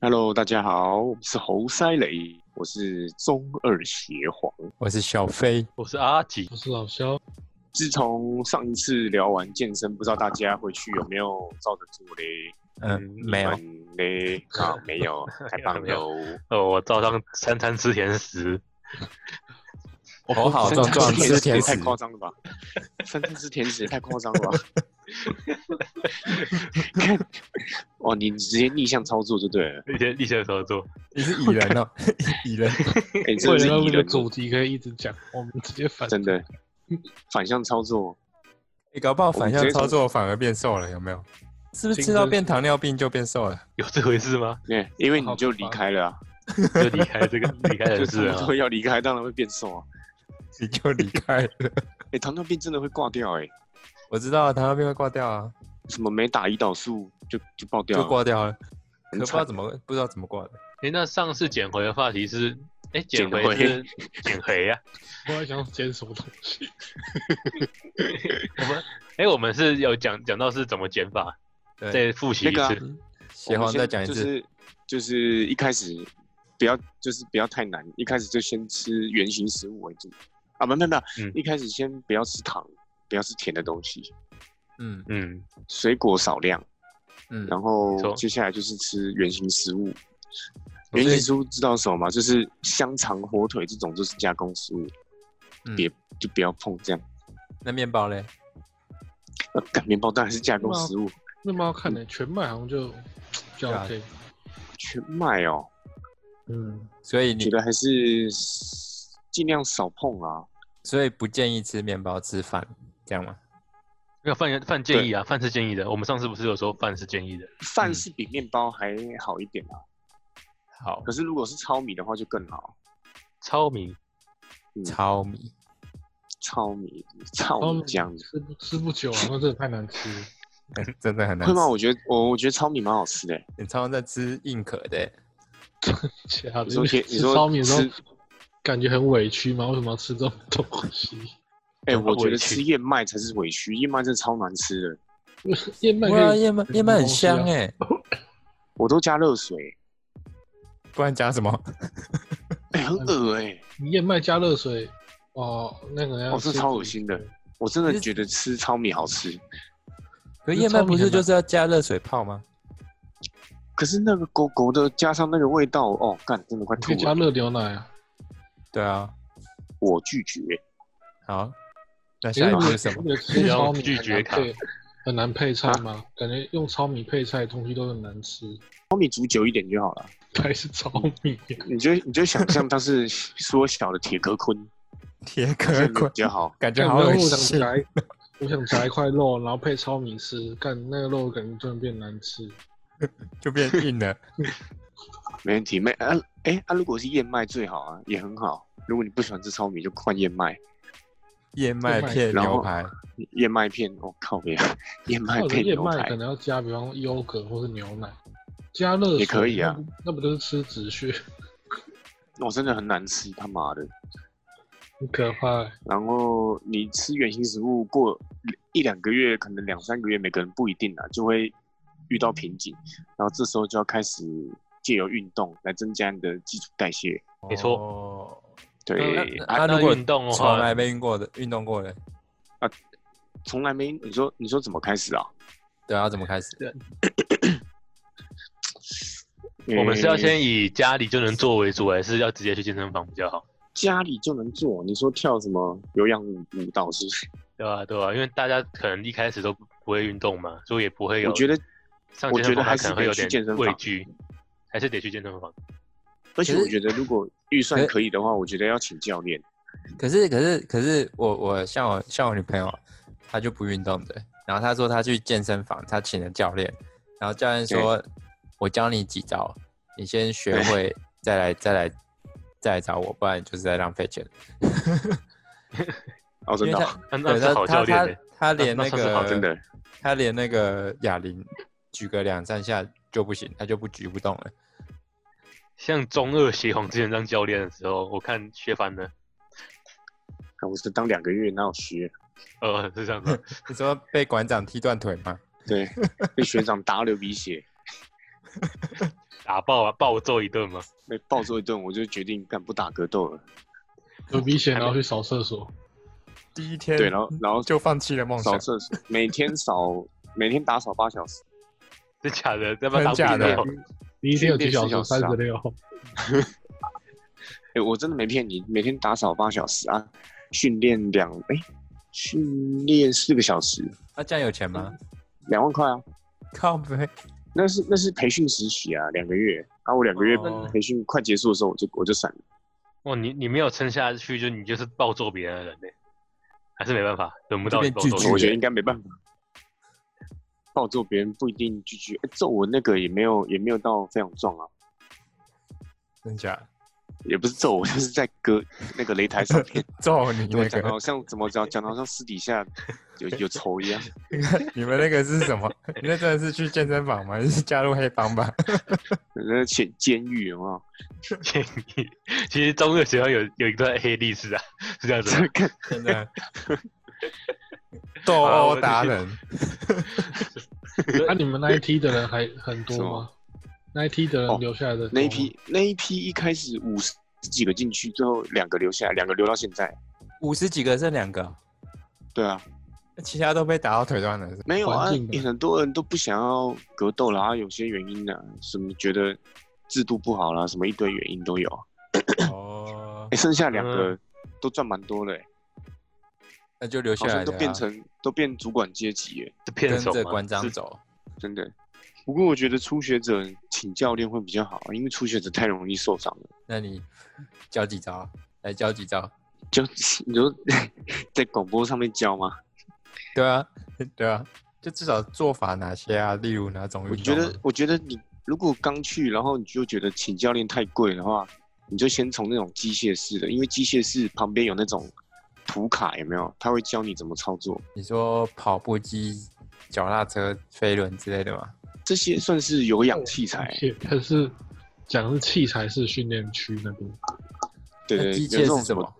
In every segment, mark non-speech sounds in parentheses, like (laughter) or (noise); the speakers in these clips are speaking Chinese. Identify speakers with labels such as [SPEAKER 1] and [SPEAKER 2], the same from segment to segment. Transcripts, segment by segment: [SPEAKER 1] Hello，大家好，我们是猴塞雷，我是中二邪皇。
[SPEAKER 2] 我是小飞，
[SPEAKER 3] 我是阿吉，
[SPEAKER 4] 我是老肖，
[SPEAKER 1] 自从上一次聊完健身，不知道大家回去有没有照着做嘞？
[SPEAKER 2] 嗯，没有，
[SPEAKER 1] 嗯嘞，啊，没
[SPEAKER 2] (laughs)
[SPEAKER 1] 有，太棒喽！
[SPEAKER 3] 呃，我照常三餐吃甜食，
[SPEAKER 2] 我好
[SPEAKER 1] 三
[SPEAKER 2] 壮
[SPEAKER 1] 餐
[SPEAKER 2] 壮吃
[SPEAKER 1] 甜
[SPEAKER 2] 甜
[SPEAKER 1] 食太
[SPEAKER 2] 食，
[SPEAKER 1] 夸张了吧？三餐吃甜食也太夸张
[SPEAKER 2] (laughs)
[SPEAKER 1] 了吧？哦，你直接逆向操作就对了，
[SPEAKER 3] 一些一些合作，
[SPEAKER 2] 你是蚁
[SPEAKER 1] (laughs)
[SPEAKER 2] 人哦，蚁人，
[SPEAKER 1] 哎、真的
[SPEAKER 4] 为
[SPEAKER 1] 是
[SPEAKER 4] 了让
[SPEAKER 1] 艺
[SPEAKER 4] 这个
[SPEAKER 1] 人，
[SPEAKER 4] 主题可以一直讲，我们直接反
[SPEAKER 1] 真的反向操作。
[SPEAKER 2] 你搞不好反向操作反而变瘦了，有没有？是不是吃到变糖尿病就变瘦了？
[SPEAKER 3] 有这回事 (laughs) 吗？
[SPEAKER 1] 对，哎因为你就
[SPEAKER 4] 好
[SPEAKER 1] 离
[SPEAKER 4] 吧
[SPEAKER 1] 开了、啊，
[SPEAKER 3] 就离开这个离
[SPEAKER 2] 哎
[SPEAKER 3] 开
[SPEAKER 1] 就
[SPEAKER 3] 人
[SPEAKER 1] 差
[SPEAKER 3] 世
[SPEAKER 1] 不
[SPEAKER 3] 啊
[SPEAKER 1] 多，要离开，当然会变瘦啊。
[SPEAKER 2] 你就离开了。
[SPEAKER 1] 哎、糖尿病真的会挂掉哎、
[SPEAKER 2] 我知道啊糖尿病会挂掉啊，
[SPEAKER 1] 什么没打胰岛素就就爆掉
[SPEAKER 2] 就
[SPEAKER 1] 了，
[SPEAKER 2] 挂掉了，
[SPEAKER 1] 啊
[SPEAKER 2] 可
[SPEAKER 1] 很
[SPEAKER 2] 不知道
[SPEAKER 1] 惨。
[SPEAKER 2] 怎么不知道怎么挂的。
[SPEAKER 3] 哎、那上次减回的话题是，哎、减
[SPEAKER 1] 减
[SPEAKER 3] 回
[SPEAKER 1] 回
[SPEAKER 3] 是减回呀、
[SPEAKER 4] 我在想捡什么东西，
[SPEAKER 3] 我们哎、我们是有讲讲到是怎么减法，
[SPEAKER 2] 对，
[SPEAKER 3] 再复习一
[SPEAKER 1] 那个啊
[SPEAKER 3] 次。
[SPEAKER 2] 邪
[SPEAKER 1] 我
[SPEAKER 2] 皇
[SPEAKER 1] 们先
[SPEAKER 2] 再讲一
[SPEAKER 1] 就
[SPEAKER 2] 次，
[SPEAKER 1] 是就是一开始不要就是不要太难，一开始就先吃原型食物为主啊，不不不，
[SPEAKER 3] 嗯
[SPEAKER 1] 一开始先不要吃糖，不要吃甜的东西，
[SPEAKER 2] 嗯
[SPEAKER 3] 嗯，
[SPEAKER 1] 水果少量，
[SPEAKER 2] 嗯，哦
[SPEAKER 1] 然后
[SPEAKER 3] 没错
[SPEAKER 1] 接下来就是吃原型食物。
[SPEAKER 2] 所以
[SPEAKER 1] 原型食物知道什么吗？就是香肠、火腿这种就是加工食物，
[SPEAKER 2] 嗯
[SPEAKER 1] 别就不要碰这样。 (laughs)
[SPEAKER 2] 那面包嘞？
[SPEAKER 1] 呃，擀面包当然是加工
[SPEAKER 4] 哇
[SPEAKER 1] 食物，
[SPEAKER 2] 哦
[SPEAKER 4] 那蛮好看的、全麦好像就比较
[SPEAKER 2] 对啊
[SPEAKER 4] OK，
[SPEAKER 1] 全麦哦。
[SPEAKER 4] 嗯，
[SPEAKER 2] 所以
[SPEAKER 1] 觉
[SPEAKER 2] 你
[SPEAKER 1] 得还是尽量少碰啊。
[SPEAKER 2] 所以不建议吃面包吃饭，这样吗？
[SPEAKER 3] 没有饭饭建议啊，饭是建议的。我们上次不是有说饭是建议的？
[SPEAKER 1] 饭是比面包还好一点啊，
[SPEAKER 2] 好
[SPEAKER 1] 可，是如果是糙米的话就更好。
[SPEAKER 3] 糙米
[SPEAKER 2] 糙米， (laughs)
[SPEAKER 1] 糙米、糙
[SPEAKER 4] 糙
[SPEAKER 1] 米
[SPEAKER 4] 米
[SPEAKER 1] 这样子
[SPEAKER 4] 吃不吃不久啊，那真的太难吃了。
[SPEAKER 2] 真的很难
[SPEAKER 1] 会
[SPEAKER 2] 吃。
[SPEAKER 1] 吗？我觉得我我觉得糙米蛮好吃的、欸。
[SPEAKER 2] 你常常在吃硬壳的欸，
[SPEAKER 4] 假的
[SPEAKER 1] 你说甜，你
[SPEAKER 4] 吃
[SPEAKER 1] 说
[SPEAKER 4] 糙米的时
[SPEAKER 1] 吃
[SPEAKER 4] 候，感觉很委屈吗？为什么要吃这种东西？
[SPEAKER 1] 哎、我觉
[SPEAKER 3] 委
[SPEAKER 1] 得
[SPEAKER 3] 屈
[SPEAKER 1] 吃燕麦才是委屈，燕麦真的超难吃的，
[SPEAKER 4] 燕麦
[SPEAKER 2] 哇，
[SPEAKER 4] 可以
[SPEAKER 2] 啊燕麦燕麦很
[SPEAKER 4] 啊
[SPEAKER 2] 香哎，
[SPEAKER 1] 我都加热水、
[SPEAKER 2] 不然加什么？
[SPEAKER 1] 哎、很恶哎、
[SPEAKER 4] 燕麦加热水，哦，那个要
[SPEAKER 1] 哦这
[SPEAKER 4] 先
[SPEAKER 1] 超恶心的我真的觉得吃糙米好吃，
[SPEAKER 2] 可是
[SPEAKER 4] 那
[SPEAKER 2] 燕麦
[SPEAKER 4] 糙米
[SPEAKER 2] 不是
[SPEAKER 4] 很
[SPEAKER 2] 就
[SPEAKER 4] 难
[SPEAKER 2] 是要加热水泡吗？
[SPEAKER 1] 可是那个狗狗的加上那个味道，哦，干真的快
[SPEAKER 4] 你
[SPEAKER 1] 吐
[SPEAKER 4] 可以加
[SPEAKER 1] 了，
[SPEAKER 4] 热牛奶啊。
[SPEAKER 2] 对啊，
[SPEAKER 1] 我拒绝。
[SPEAKER 2] 好，那下一步是 (laughs) 什
[SPEAKER 4] (laughs)
[SPEAKER 2] 么？
[SPEAKER 4] 你吃糙米
[SPEAKER 3] 拒绝卡
[SPEAKER 4] 很难配很难配菜吗？感觉用糙米配菜的东西都很难吃，
[SPEAKER 1] 糙米煮久一点就好了，
[SPEAKER 4] 还是糙米啊。
[SPEAKER 1] 你就你就想象它是 (laughs) 缩小的铁壳昆，
[SPEAKER 2] 铁
[SPEAKER 1] 这
[SPEAKER 2] 壳
[SPEAKER 1] 样
[SPEAKER 2] 棍
[SPEAKER 1] 比，较好。
[SPEAKER 2] 感觉
[SPEAKER 4] 干
[SPEAKER 2] 好
[SPEAKER 4] 没有
[SPEAKER 2] 恶
[SPEAKER 4] 我
[SPEAKER 2] 心
[SPEAKER 4] 想。夹一，我想夹一块肉，然后配糙米吃，干那个肉感觉真的变难吃。
[SPEAKER 2] 就变硬了。
[SPEAKER 1] 没问题，没啊，哎、啊，如果是燕麦最好啊，也很好。如果你不喜欢吃糙米，就换燕麦，
[SPEAKER 2] 燕麦片
[SPEAKER 1] 然后
[SPEAKER 2] 牛排，
[SPEAKER 1] 燕麦片。我、靠别，燕麦
[SPEAKER 4] 或者
[SPEAKER 1] 配
[SPEAKER 4] 燕
[SPEAKER 1] 牛
[SPEAKER 4] 麦
[SPEAKER 1] 排
[SPEAKER 4] 可，能要加，比方优格或是牛奶，加热水
[SPEAKER 1] 也可以啊
[SPEAKER 4] 那不，那不就是吃止血？ (laughs)
[SPEAKER 1] 我、哦真的很难吃，他妈的。
[SPEAKER 4] 很可怕、欸。
[SPEAKER 1] 然后你吃原型食物过一两个月，可能两三个月，每个人不一定啊，就会遇到瓶颈。然后这时候就要开始借由运动来增加你的基础代谢。
[SPEAKER 3] 没错
[SPEAKER 2] 哦。那
[SPEAKER 1] 对，啊
[SPEAKER 2] 那那
[SPEAKER 3] 嗯啊那
[SPEAKER 2] 如果
[SPEAKER 3] 运动的
[SPEAKER 2] 从
[SPEAKER 3] 话
[SPEAKER 2] 来，没运过的运动过的，
[SPEAKER 1] 从来没你说你说怎么开始啊？
[SPEAKER 2] 对啊，怎么开始？
[SPEAKER 3] 我们是要
[SPEAKER 1] 诶
[SPEAKER 3] 先以家里就能做为主，还是要直接去健身房比较好？
[SPEAKER 1] 家里就能做。你说跳什么有氧舞舞蹈是不是？
[SPEAKER 3] 对啊，对啊，因为大家可能一开始都不会运动嘛，所以也不会有。
[SPEAKER 1] 我觉得，
[SPEAKER 3] 上
[SPEAKER 1] 我
[SPEAKER 3] 健
[SPEAKER 1] 觉
[SPEAKER 3] 身
[SPEAKER 1] 得
[SPEAKER 3] 房
[SPEAKER 1] 还
[SPEAKER 3] 他
[SPEAKER 1] 是
[SPEAKER 3] 可能
[SPEAKER 1] 得
[SPEAKER 3] 会有
[SPEAKER 1] 去
[SPEAKER 3] 点
[SPEAKER 1] 健身
[SPEAKER 3] 畏
[SPEAKER 1] 房。
[SPEAKER 3] 惧，还是得去健身房。
[SPEAKER 1] 而且
[SPEAKER 2] 可
[SPEAKER 1] 我
[SPEAKER 2] 是
[SPEAKER 1] 觉得，如果预算可以的话，我觉得要请教练。
[SPEAKER 2] 可是可是可是我我像我像我女朋友，她就不运动的，然后她说她去健身房，她请了教练，然后教练说，我教你几招，你先学会再来再来再来找我，不然你就是在浪费钱。
[SPEAKER 1] 哦，真
[SPEAKER 2] 因为
[SPEAKER 1] 的
[SPEAKER 2] 她
[SPEAKER 1] 哦，
[SPEAKER 3] 那那
[SPEAKER 2] 对
[SPEAKER 3] 是好教
[SPEAKER 2] 他
[SPEAKER 3] 练
[SPEAKER 2] 他
[SPEAKER 3] 嘞
[SPEAKER 2] 他他连那
[SPEAKER 3] 那那算是好
[SPEAKER 2] 个
[SPEAKER 3] 他
[SPEAKER 1] 真的。
[SPEAKER 2] 他连那个哑铃举个两三下就不行，他就不举不动了。
[SPEAKER 3] 像中二邪皇之前当教练的时候，我看薛凡呢，
[SPEAKER 1] 啊我是当两个月，哪有学？
[SPEAKER 3] 呃，是这样子，
[SPEAKER 2] 你说被馆长踢断腿吗？
[SPEAKER 1] 对，被学长打流鼻血。
[SPEAKER 3] 打爆啊，暴揍一顿吗？
[SPEAKER 1] 被暴揍一顿，我就决定干不打格斗了。
[SPEAKER 4] 流鼻血然后去扫厕所，
[SPEAKER 2] 第一天
[SPEAKER 1] 对，然后然后
[SPEAKER 2] 就放弃了梦
[SPEAKER 1] 扫
[SPEAKER 2] 想，
[SPEAKER 1] 厕所，每天扫，每天打扫八小时，
[SPEAKER 3] 真假的？他妈打不
[SPEAKER 2] 真假
[SPEAKER 3] 赢
[SPEAKER 2] 的
[SPEAKER 3] 了
[SPEAKER 4] 你一天有几小时？
[SPEAKER 1] 14
[SPEAKER 4] 三
[SPEAKER 1] 小时啊
[SPEAKER 4] 十六。 (laughs)
[SPEAKER 1] 哎、我真的没骗你，每天打扫八小时啊，训练两哎、训练四个小时，
[SPEAKER 2] 那这样有钱吗？
[SPEAKER 1] 两万块啊，
[SPEAKER 2] 靠背，
[SPEAKER 1] 那是那是培训实习啊，两个月，啊，我两个月
[SPEAKER 3] 哦
[SPEAKER 1] 培训快结束的时候，我就我就闪了，
[SPEAKER 3] 哇，你你没有撑下去，就你就是暴揍别人的人呢、还是没办法，轮不到
[SPEAKER 2] 这
[SPEAKER 3] 你
[SPEAKER 2] 边
[SPEAKER 3] 暴
[SPEAKER 2] 拒绝
[SPEAKER 3] 揍别
[SPEAKER 1] 哦我
[SPEAKER 3] 人 (laughs)
[SPEAKER 1] 觉得应该没办法。暴揍别人不一定拒绝，哎揍我那个也没有也没有到非常壮啊，
[SPEAKER 2] 真假？
[SPEAKER 1] 也不是揍我，就是在隔那个擂台上面
[SPEAKER 2] 揍你
[SPEAKER 1] 对我
[SPEAKER 2] 那
[SPEAKER 1] 讲
[SPEAKER 2] 个
[SPEAKER 1] 到，像怎么讲，讲到像私底下有有仇一样。
[SPEAKER 2] 你们那个是什么？你那真的是去健身房吗？还是加入黑帮吧？
[SPEAKER 1] 那监监狱有没有？
[SPEAKER 3] 建议，其实中二学校有有一段黑历史啊，是这样子吗。
[SPEAKER 2] 真的，斗
[SPEAKER 1] 啊
[SPEAKER 2] 殴达人，
[SPEAKER 4] 啊那、你们那一批的人还很多
[SPEAKER 1] 什
[SPEAKER 4] 吗
[SPEAKER 1] 么？
[SPEAKER 4] 那一批的
[SPEAKER 1] 哦
[SPEAKER 4] 人留下来
[SPEAKER 1] (laughs)
[SPEAKER 4] 的、
[SPEAKER 1] 那一批那一批一开始五十几个进去，最后两个留下来，两个留到现在。
[SPEAKER 2] 五十几个剩两个，
[SPEAKER 1] 对啊，
[SPEAKER 2] 其他都被打到腿断了。是吧
[SPEAKER 1] 没有啊
[SPEAKER 4] 环境，的
[SPEAKER 1] 也很多人都不想要格斗啦，啊有些原因呢、什么觉得制度不好啦，什么一堆原因都有啊。 (laughs)
[SPEAKER 2] 哦
[SPEAKER 1] 哎、，剩下两个都赚蛮多的、欸，
[SPEAKER 2] 那就留
[SPEAKER 1] 好
[SPEAKER 2] 下
[SPEAKER 1] 像
[SPEAKER 2] 来的
[SPEAKER 1] 都
[SPEAKER 2] 啊，
[SPEAKER 1] 变成都变主管阶级、欸，
[SPEAKER 3] 是骗
[SPEAKER 2] 跟
[SPEAKER 3] 手
[SPEAKER 2] 着
[SPEAKER 3] 吗？
[SPEAKER 2] 馆长
[SPEAKER 3] 是
[SPEAKER 2] 走。
[SPEAKER 1] 真的。不过我觉得初学者请教练会比较好，因为初学者太容易受伤了。
[SPEAKER 2] 那你教几招？来教几招？
[SPEAKER 1] 就你说在广播上面教吗？
[SPEAKER 2] 对啊， (laughs) 对啊，就至少做法哪些啊？例如哪种运
[SPEAKER 1] 我
[SPEAKER 2] 动啊？
[SPEAKER 1] 觉得，我觉得你如果刚去，然后你就觉得请教练太贵的话，你就先从那种机械式的，因为机械式旁边有那种图卡，有没有？他会教你怎么操作，
[SPEAKER 2] 你说跑步机、脚踏车、飞轮之类的吗？
[SPEAKER 1] 这些算是有
[SPEAKER 2] 啊
[SPEAKER 1] 氧器材。
[SPEAKER 4] 器，它是讲是器材式训练区那边，
[SPEAKER 1] 啊对对，
[SPEAKER 2] 那机
[SPEAKER 1] 有那
[SPEAKER 2] 械
[SPEAKER 1] 种
[SPEAKER 2] 是什么？？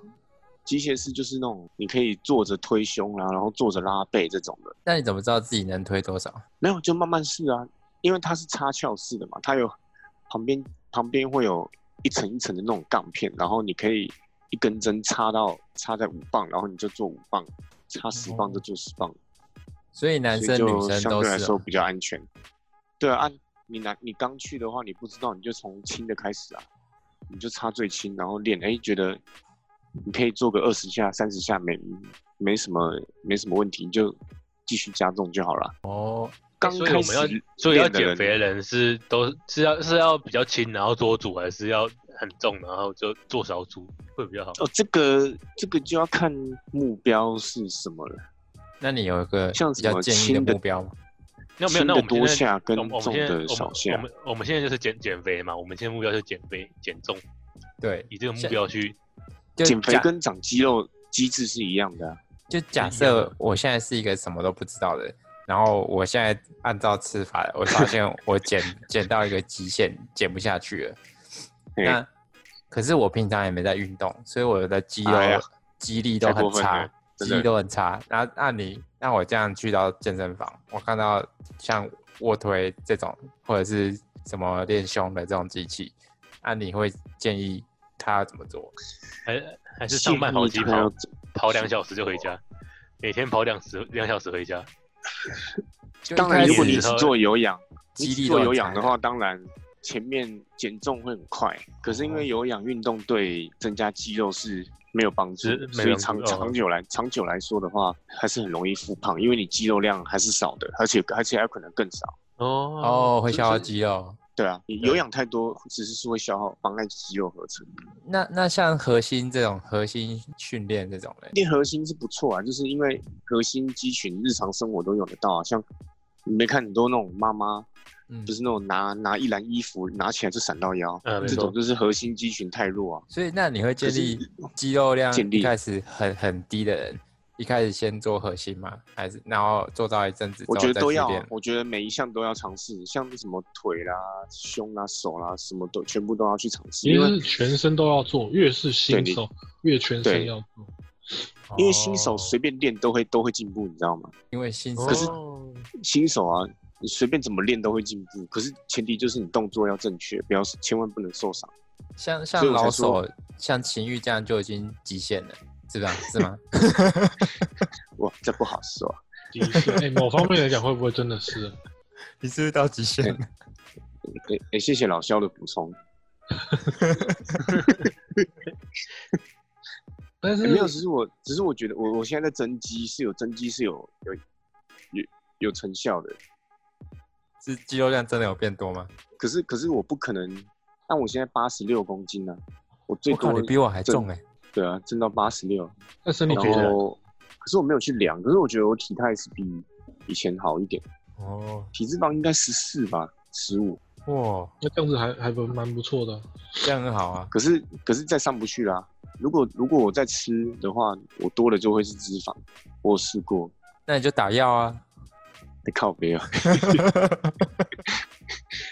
[SPEAKER 1] 机械式就是那种你可以坐着推胸啊，然后坐着拉背这种的。
[SPEAKER 2] 那你怎么知道自己能推多少？
[SPEAKER 1] 没有，就慢慢试啊，因为它是插翘式的嘛，它有旁边旁边会有一层一层的那种杠片，然后你可以一根针插到插在五磅，然后你就做五磅，插十磅就
[SPEAKER 2] 哦
[SPEAKER 1] 做十磅，
[SPEAKER 2] 所以男生
[SPEAKER 1] 所以
[SPEAKER 2] 女
[SPEAKER 1] 就
[SPEAKER 2] 生
[SPEAKER 1] 相
[SPEAKER 2] 都
[SPEAKER 1] 对来
[SPEAKER 2] 是
[SPEAKER 1] 说
[SPEAKER 3] 啊
[SPEAKER 2] 哦、
[SPEAKER 1] 比较安全。对啊，啊你拿你刚去的话，你不知道，你就从轻的开始啊，你就插最轻，然后练，哎，觉得你可以做个二十下、三十下，没没什么没什么问题，你就继续加重就好了。
[SPEAKER 2] 哦，
[SPEAKER 1] 刚
[SPEAKER 3] 所以
[SPEAKER 1] 开
[SPEAKER 3] 我
[SPEAKER 1] 始
[SPEAKER 3] 们要，所以要
[SPEAKER 1] 练的
[SPEAKER 3] 减
[SPEAKER 1] 人
[SPEAKER 3] 肥的人是都是要是要比较轻，然后多组，还是要很重，然后就做少组会比较好？
[SPEAKER 1] 哦，这个这个就要看目标是什么了。
[SPEAKER 2] 那你有一个
[SPEAKER 1] 像
[SPEAKER 2] 比
[SPEAKER 1] 什
[SPEAKER 2] 较
[SPEAKER 1] 么
[SPEAKER 2] 建议
[SPEAKER 1] 新的
[SPEAKER 2] 目标吗？
[SPEAKER 3] 那没有，那
[SPEAKER 1] 轻的
[SPEAKER 3] 我们现
[SPEAKER 1] 多
[SPEAKER 3] 在
[SPEAKER 1] 下跟
[SPEAKER 3] 我们我
[SPEAKER 1] 重
[SPEAKER 3] 们现在
[SPEAKER 1] 的少下
[SPEAKER 3] 我们我们我们现在就是减减肥嘛，我们现在目标就是减肥减重，
[SPEAKER 2] 对，
[SPEAKER 3] 以这个目
[SPEAKER 2] 现
[SPEAKER 3] 标去
[SPEAKER 2] 就
[SPEAKER 1] 减肥
[SPEAKER 2] 假
[SPEAKER 1] 跟长肌肉机制是一样的啊、
[SPEAKER 2] 就假
[SPEAKER 3] 是一样的
[SPEAKER 2] 设我现在是一个什么都不知道的人，然后我现在按照吃法，我发现我减减到一个极限，减不下去
[SPEAKER 1] (laughs)
[SPEAKER 2] 了。
[SPEAKER 1] 嘿
[SPEAKER 2] 那可是我平常也没在运动，所以我的肌肉、
[SPEAKER 1] 哎呀
[SPEAKER 2] 肌力都
[SPEAKER 1] 太
[SPEAKER 2] 很
[SPEAKER 1] 过分
[SPEAKER 2] 差
[SPEAKER 1] 了，真
[SPEAKER 2] 肌
[SPEAKER 1] 的
[SPEAKER 2] 力都很差。那那你那我这样去到健身房，我看到像卧推这种或者是什么练胸的这种机器，那你会建议他怎么做？
[SPEAKER 3] 还还是上班好
[SPEAKER 1] 建
[SPEAKER 3] 鸡
[SPEAKER 1] 议他要
[SPEAKER 3] 跑跑两小时就回家，每天跑两时两小时回家。
[SPEAKER 2] 就一
[SPEAKER 1] 当
[SPEAKER 2] 开
[SPEAKER 1] 然，如果
[SPEAKER 2] 始
[SPEAKER 1] 你
[SPEAKER 3] 的时
[SPEAKER 1] 只
[SPEAKER 3] 候
[SPEAKER 1] 做有氧，你
[SPEAKER 2] 肌
[SPEAKER 1] 只
[SPEAKER 2] 力
[SPEAKER 1] 做
[SPEAKER 2] 都很啊
[SPEAKER 1] 有氧
[SPEAKER 2] 差
[SPEAKER 1] 的话，当然前面减重会很快。可是因为有氧运动对增加肌肉是没有帮助
[SPEAKER 3] 是，没
[SPEAKER 1] 所以
[SPEAKER 3] 帮
[SPEAKER 1] 长
[SPEAKER 3] 助哦
[SPEAKER 1] 长久来长久来说的话，还是很容易复胖，因为你肌肉量还是少的，而且而且还有可能更少。
[SPEAKER 3] 哦
[SPEAKER 2] 哦，会消耗肌肉。
[SPEAKER 1] 对啊，你有氧太多只是是会消耗妨碍肌肉合成。
[SPEAKER 2] 那那像核心这种核心训练这种嘞，
[SPEAKER 1] 练核心是不错啊，就是因为核心肌群日常生活都用得到啊，像你没看很多那种妈妈，
[SPEAKER 2] 嗯
[SPEAKER 1] 就，是那种拿拿一篮衣服拿起来就闪到腰，
[SPEAKER 3] 嗯没
[SPEAKER 1] 这
[SPEAKER 3] 错
[SPEAKER 1] 种就是核心肌群太弱啊。
[SPEAKER 2] 所以那你会建
[SPEAKER 1] 可是
[SPEAKER 2] 议肌肉量
[SPEAKER 1] 建立
[SPEAKER 2] 一开始很很低的人，一开始先做核心吗？还是然后做到一阵子之
[SPEAKER 1] 我
[SPEAKER 2] 后
[SPEAKER 1] 觉
[SPEAKER 2] 再
[SPEAKER 1] 得都
[SPEAKER 2] 去
[SPEAKER 1] 要啊、
[SPEAKER 2] 练？
[SPEAKER 1] 我觉得每一项都要尝试，像什么腿啦、胸啦、手啦，什么都全部都要去尝试，
[SPEAKER 4] 其
[SPEAKER 1] 因
[SPEAKER 4] 实
[SPEAKER 1] 为
[SPEAKER 2] 嗯
[SPEAKER 4] 是全身都要做，越是新
[SPEAKER 1] 对
[SPEAKER 4] 手越全身要做。
[SPEAKER 1] 因为新手
[SPEAKER 2] 哦
[SPEAKER 1] 随便练都会都会进步，你知道吗？
[SPEAKER 2] 因为新手
[SPEAKER 3] 哦，
[SPEAKER 1] 新手啊，你随便怎么练都会进步，可是前提就是你动作要正确，不要千万不能受伤。所
[SPEAKER 2] 像像
[SPEAKER 1] 以我才
[SPEAKER 2] 老
[SPEAKER 1] 说
[SPEAKER 2] 手像秦玉这样就已经极限了，是吧？是吗？
[SPEAKER 1] 哇，这不好说。
[SPEAKER 4] 的
[SPEAKER 3] (laughs)
[SPEAKER 4] 确，哎、某方面来讲，会不会真的是？
[SPEAKER 2] (laughs)
[SPEAKER 4] 啊
[SPEAKER 2] 你是不是到极限了？
[SPEAKER 1] 诶、诶、谢谢老肖的补充。
[SPEAKER 4] 但是
[SPEAKER 1] 哎诶没
[SPEAKER 2] 嗯
[SPEAKER 1] 有，只是我，只是我觉得我我现在在增肌是有增肌是有有有有成效的，
[SPEAKER 2] (laughs) 是肌肉量真的有变多吗？
[SPEAKER 1] 可是可是我不可能，但我现在八十六公斤呢、啊我最
[SPEAKER 2] 我靠，
[SPEAKER 1] 多
[SPEAKER 2] 你比我还重哎、
[SPEAKER 1] 对啊，增到八十六，
[SPEAKER 4] 但是你
[SPEAKER 1] 然
[SPEAKER 4] 觉得
[SPEAKER 1] 后可是我没有去量，可是我觉得我体态是比以前好一点，
[SPEAKER 2] 哦，
[SPEAKER 1] 体脂肪应该十四吧，十五，
[SPEAKER 2] 哇，
[SPEAKER 4] 那这样子还还蛮蛮不错的啊。
[SPEAKER 2] 这样很好啊。
[SPEAKER 1] 可是可是再上不去啦。如果如果我再吃的话，我多了就会是脂肪，我有试过，
[SPEAKER 2] 那你就打药啊。
[SPEAKER 1] 你靠没有，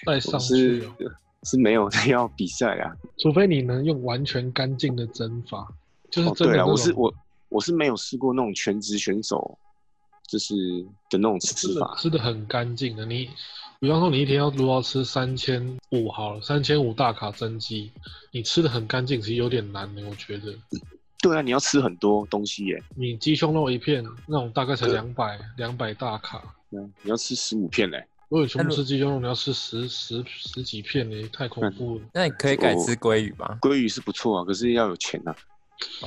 [SPEAKER 4] 再
[SPEAKER 1] 我
[SPEAKER 4] 上去、
[SPEAKER 1] 是
[SPEAKER 4] 哦，
[SPEAKER 1] (laughs) 是没有要比赛啊。
[SPEAKER 4] 除非你能用完全干净的针法，就是
[SPEAKER 1] 哦，
[SPEAKER 4] 嗯真
[SPEAKER 1] 对了，
[SPEAKER 4] 的那种、
[SPEAKER 1] 我是我我是没有试过那种全职选手，就是的那种吃
[SPEAKER 4] 吃的
[SPEAKER 1] 法。
[SPEAKER 4] 吃的很干净的。你比方说你一天要如果要吃三千五好了，三千五大卡增肌，你吃的很干净，其实有点难的，我觉得。
[SPEAKER 1] 对啊，你要吃很多东西耶，
[SPEAKER 4] 你鸡胸肉一片那种大概才两百两百大卡，
[SPEAKER 1] 嗯，你要吃十五片嘞。
[SPEAKER 4] 如果你全
[SPEAKER 2] 那
[SPEAKER 4] 部
[SPEAKER 2] 如
[SPEAKER 4] 吃鸡胸肉，你要吃十十十几片，你太恐怖了。
[SPEAKER 2] 那你可以改吃鲑鱼吗？
[SPEAKER 1] 鲑鱼是不错啊，可是要有钱啊。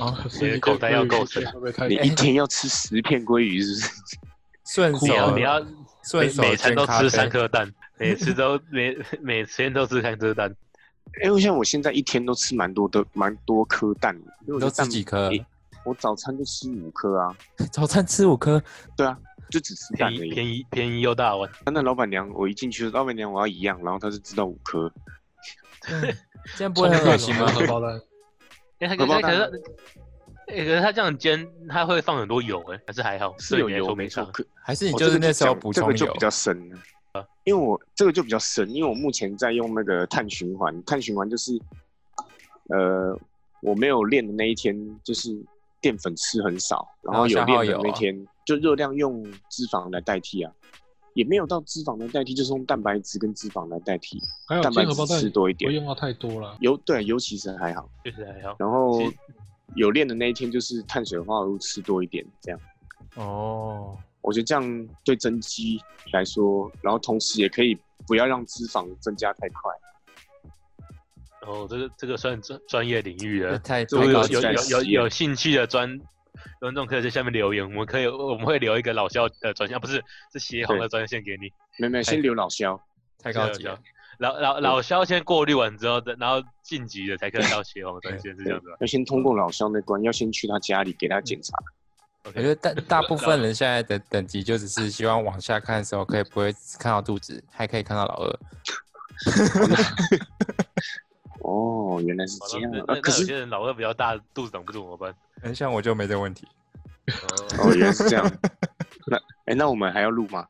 [SPEAKER 4] (laughs)
[SPEAKER 2] 哦，
[SPEAKER 4] 是
[SPEAKER 3] 嗯你的
[SPEAKER 4] 一
[SPEAKER 3] 口
[SPEAKER 4] 个
[SPEAKER 3] 袋
[SPEAKER 4] 鲑
[SPEAKER 3] 要
[SPEAKER 4] 鱼
[SPEAKER 3] 够
[SPEAKER 4] 一片
[SPEAKER 3] 深
[SPEAKER 4] 会不会
[SPEAKER 1] (laughs)
[SPEAKER 4] 太
[SPEAKER 1] 你一天要吃十片鲑鱼是不是？
[SPEAKER 2] 顺手
[SPEAKER 3] 你要你要每
[SPEAKER 2] 顺手
[SPEAKER 3] 每餐
[SPEAKER 2] 煎
[SPEAKER 3] 都
[SPEAKER 2] 咖啡
[SPEAKER 3] 吃三颗蛋，每次都每每天都吃三颗蛋，
[SPEAKER 1] (laughs) 因为像我现在一天都吃蛮多的，蛮多颗蛋的。因为我
[SPEAKER 2] 都
[SPEAKER 1] 觉得蛋
[SPEAKER 2] 吃几颗？
[SPEAKER 1] 诶我早餐就吃五颗啊，
[SPEAKER 2] 早餐吃五颗，
[SPEAKER 1] 对啊，就只吃蛋
[SPEAKER 3] 便
[SPEAKER 1] 而
[SPEAKER 3] 宜
[SPEAKER 1] 已。
[SPEAKER 3] 便宜便宜又大碗。
[SPEAKER 1] 那那老板娘，我一进去，老板娘我要一样，然后她就知道五颗。
[SPEAKER 2] 嗯这样不会很恶
[SPEAKER 4] (laughs)
[SPEAKER 2] 心吗？
[SPEAKER 4] 荷
[SPEAKER 1] (laughs)
[SPEAKER 4] 包蛋，
[SPEAKER 3] 哎，他
[SPEAKER 1] 荷
[SPEAKER 3] 可
[SPEAKER 1] 包
[SPEAKER 3] 他可
[SPEAKER 1] 蛋
[SPEAKER 3] 是哎，可是他这样煎，他会放很多油哎，还是还好，
[SPEAKER 1] 是
[SPEAKER 3] 对
[SPEAKER 1] 有
[SPEAKER 3] 你来
[SPEAKER 1] 油
[SPEAKER 3] 说
[SPEAKER 1] 没
[SPEAKER 3] 没
[SPEAKER 1] 错
[SPEAKER 3] 差，。
[SPEAKER 1] 可
[SPEAKER 2] 还是你
[SPEAKER 1] 哦
[SPEAKER 2] 就是
[SPEAKER 1] 这个
[SPEAKER 2] 那时候
[SPEAKER 1] 讲
[SPEAKER 2] 补
[SPEAKER 1] 这
[SPEAKER 2] 充
[SPEAKER 1] 个就
[SPEAKER 2] 油啊
[SPEAKER 1] 比？较深了，因为我这个就比较深，因为我目前在用那个碳循环，碳循环就是，呃，我没有练的那一天就是淀粉吃很少，然后有
[SPEAKER 2] 然后消耗
[SPEAKER 1] 练的那
[SPEAKER 2] 油啊
[SPEAKER 1] 天、就热量用脂肪来代替啊，也没有到脂肪来代替，就是用蛋白质跟脂肪来代替，
[SPEAKER 4] 还有
[SPEAKER 1] 蛋白
[SPEAKER 4] 煎荷包
[SPEAKER 1] 质
[SPEAKER 4] 蛋
[SPEAKER 1] 吃多一
[SPEAKER 4] 不会
[SPEAKER 1] 点，
[SPEAKER 4] 用到太多了。
[SPEAKER 1] 油对油其实还好，
[SPEAKER 3] 确实还好。
[SPEAKER 1] 然后
[SPEAKER 3] 其实
[SPEAKER 1] 有练的那一天就是碳水化合物吃多一点这样。
[SPEAKER 2] 哦，
[SPEAKER 1] 我觉得这样对增肌来说，然后同时也可以不要让脂肪增加太快。
[SPEAKER 3] 哦，这个这个算专专业领域
[SPEAKER 2] 这
[SPEAKER 1] (laughs)
[SPEAKER 3] 了。
[SPEAKER 2] 太
[SPEAKER 3] 如果
[SPEAKER 2] 太
[SPEAKER 3] 有
[SPEAKER 2] 高
[SPEAKER 1] 这
[SPEAKER 2] 级
[SPEAKER 3] 有
[SPEAKER 1] 个
[SPEAKER 2] 了
[SPEAKER 3] 有有
[SPEAKER 1] 实验
[SPEAKER 3] 有兴趣的专观众可以在下面留言，我们可以我们会留一个老肖的专线，啊不是是协红的专线给你。
[SPEAKER 1] 没有没有，先留老肖。
[SPEAKER 2] 太高级了。
[SPEAKER 3] 老老老肖先过滤完之后，再然后晋级的才可以到协红的专线，是这样子啊吧
[SPEAKER 1] 要先通过老肖那关，要先去他家里给他检查。
[SPEAKER 2] 我觉得大大部分人现在的等级就只是希望往下看的时候，可以不会看到肚子，还可以看到老二。
[SPEAKER 1] 哦，原来是
[SPEAKER 3] 好
[SPEAKER 1] 这
[SPEAKER 3] 那
[SPEAKER 1] 样
[SPEAKER 3] 那
[SPEAKER 1] 啊！
[SPEAKER 3] 那
[SPEAKER 1] 啊可
[SPEAKER 3] 有
[SPEAKER 1] 是
[SPEAKER 3] 些人老二比较大，肚子挡不住怎
[SPEAKER 1] (laughs)
[SPEAKER 3] 么办？
[SPEAKER 2] 嗯像我就没这问题。
[SPEAKER 3] 哦
[SPEAKER 1] 哦，原来是这样。 (laughs) 那哎，那我们还要录
[SPEAKER 3] (laughs)
[SPEAKER 1] 吗？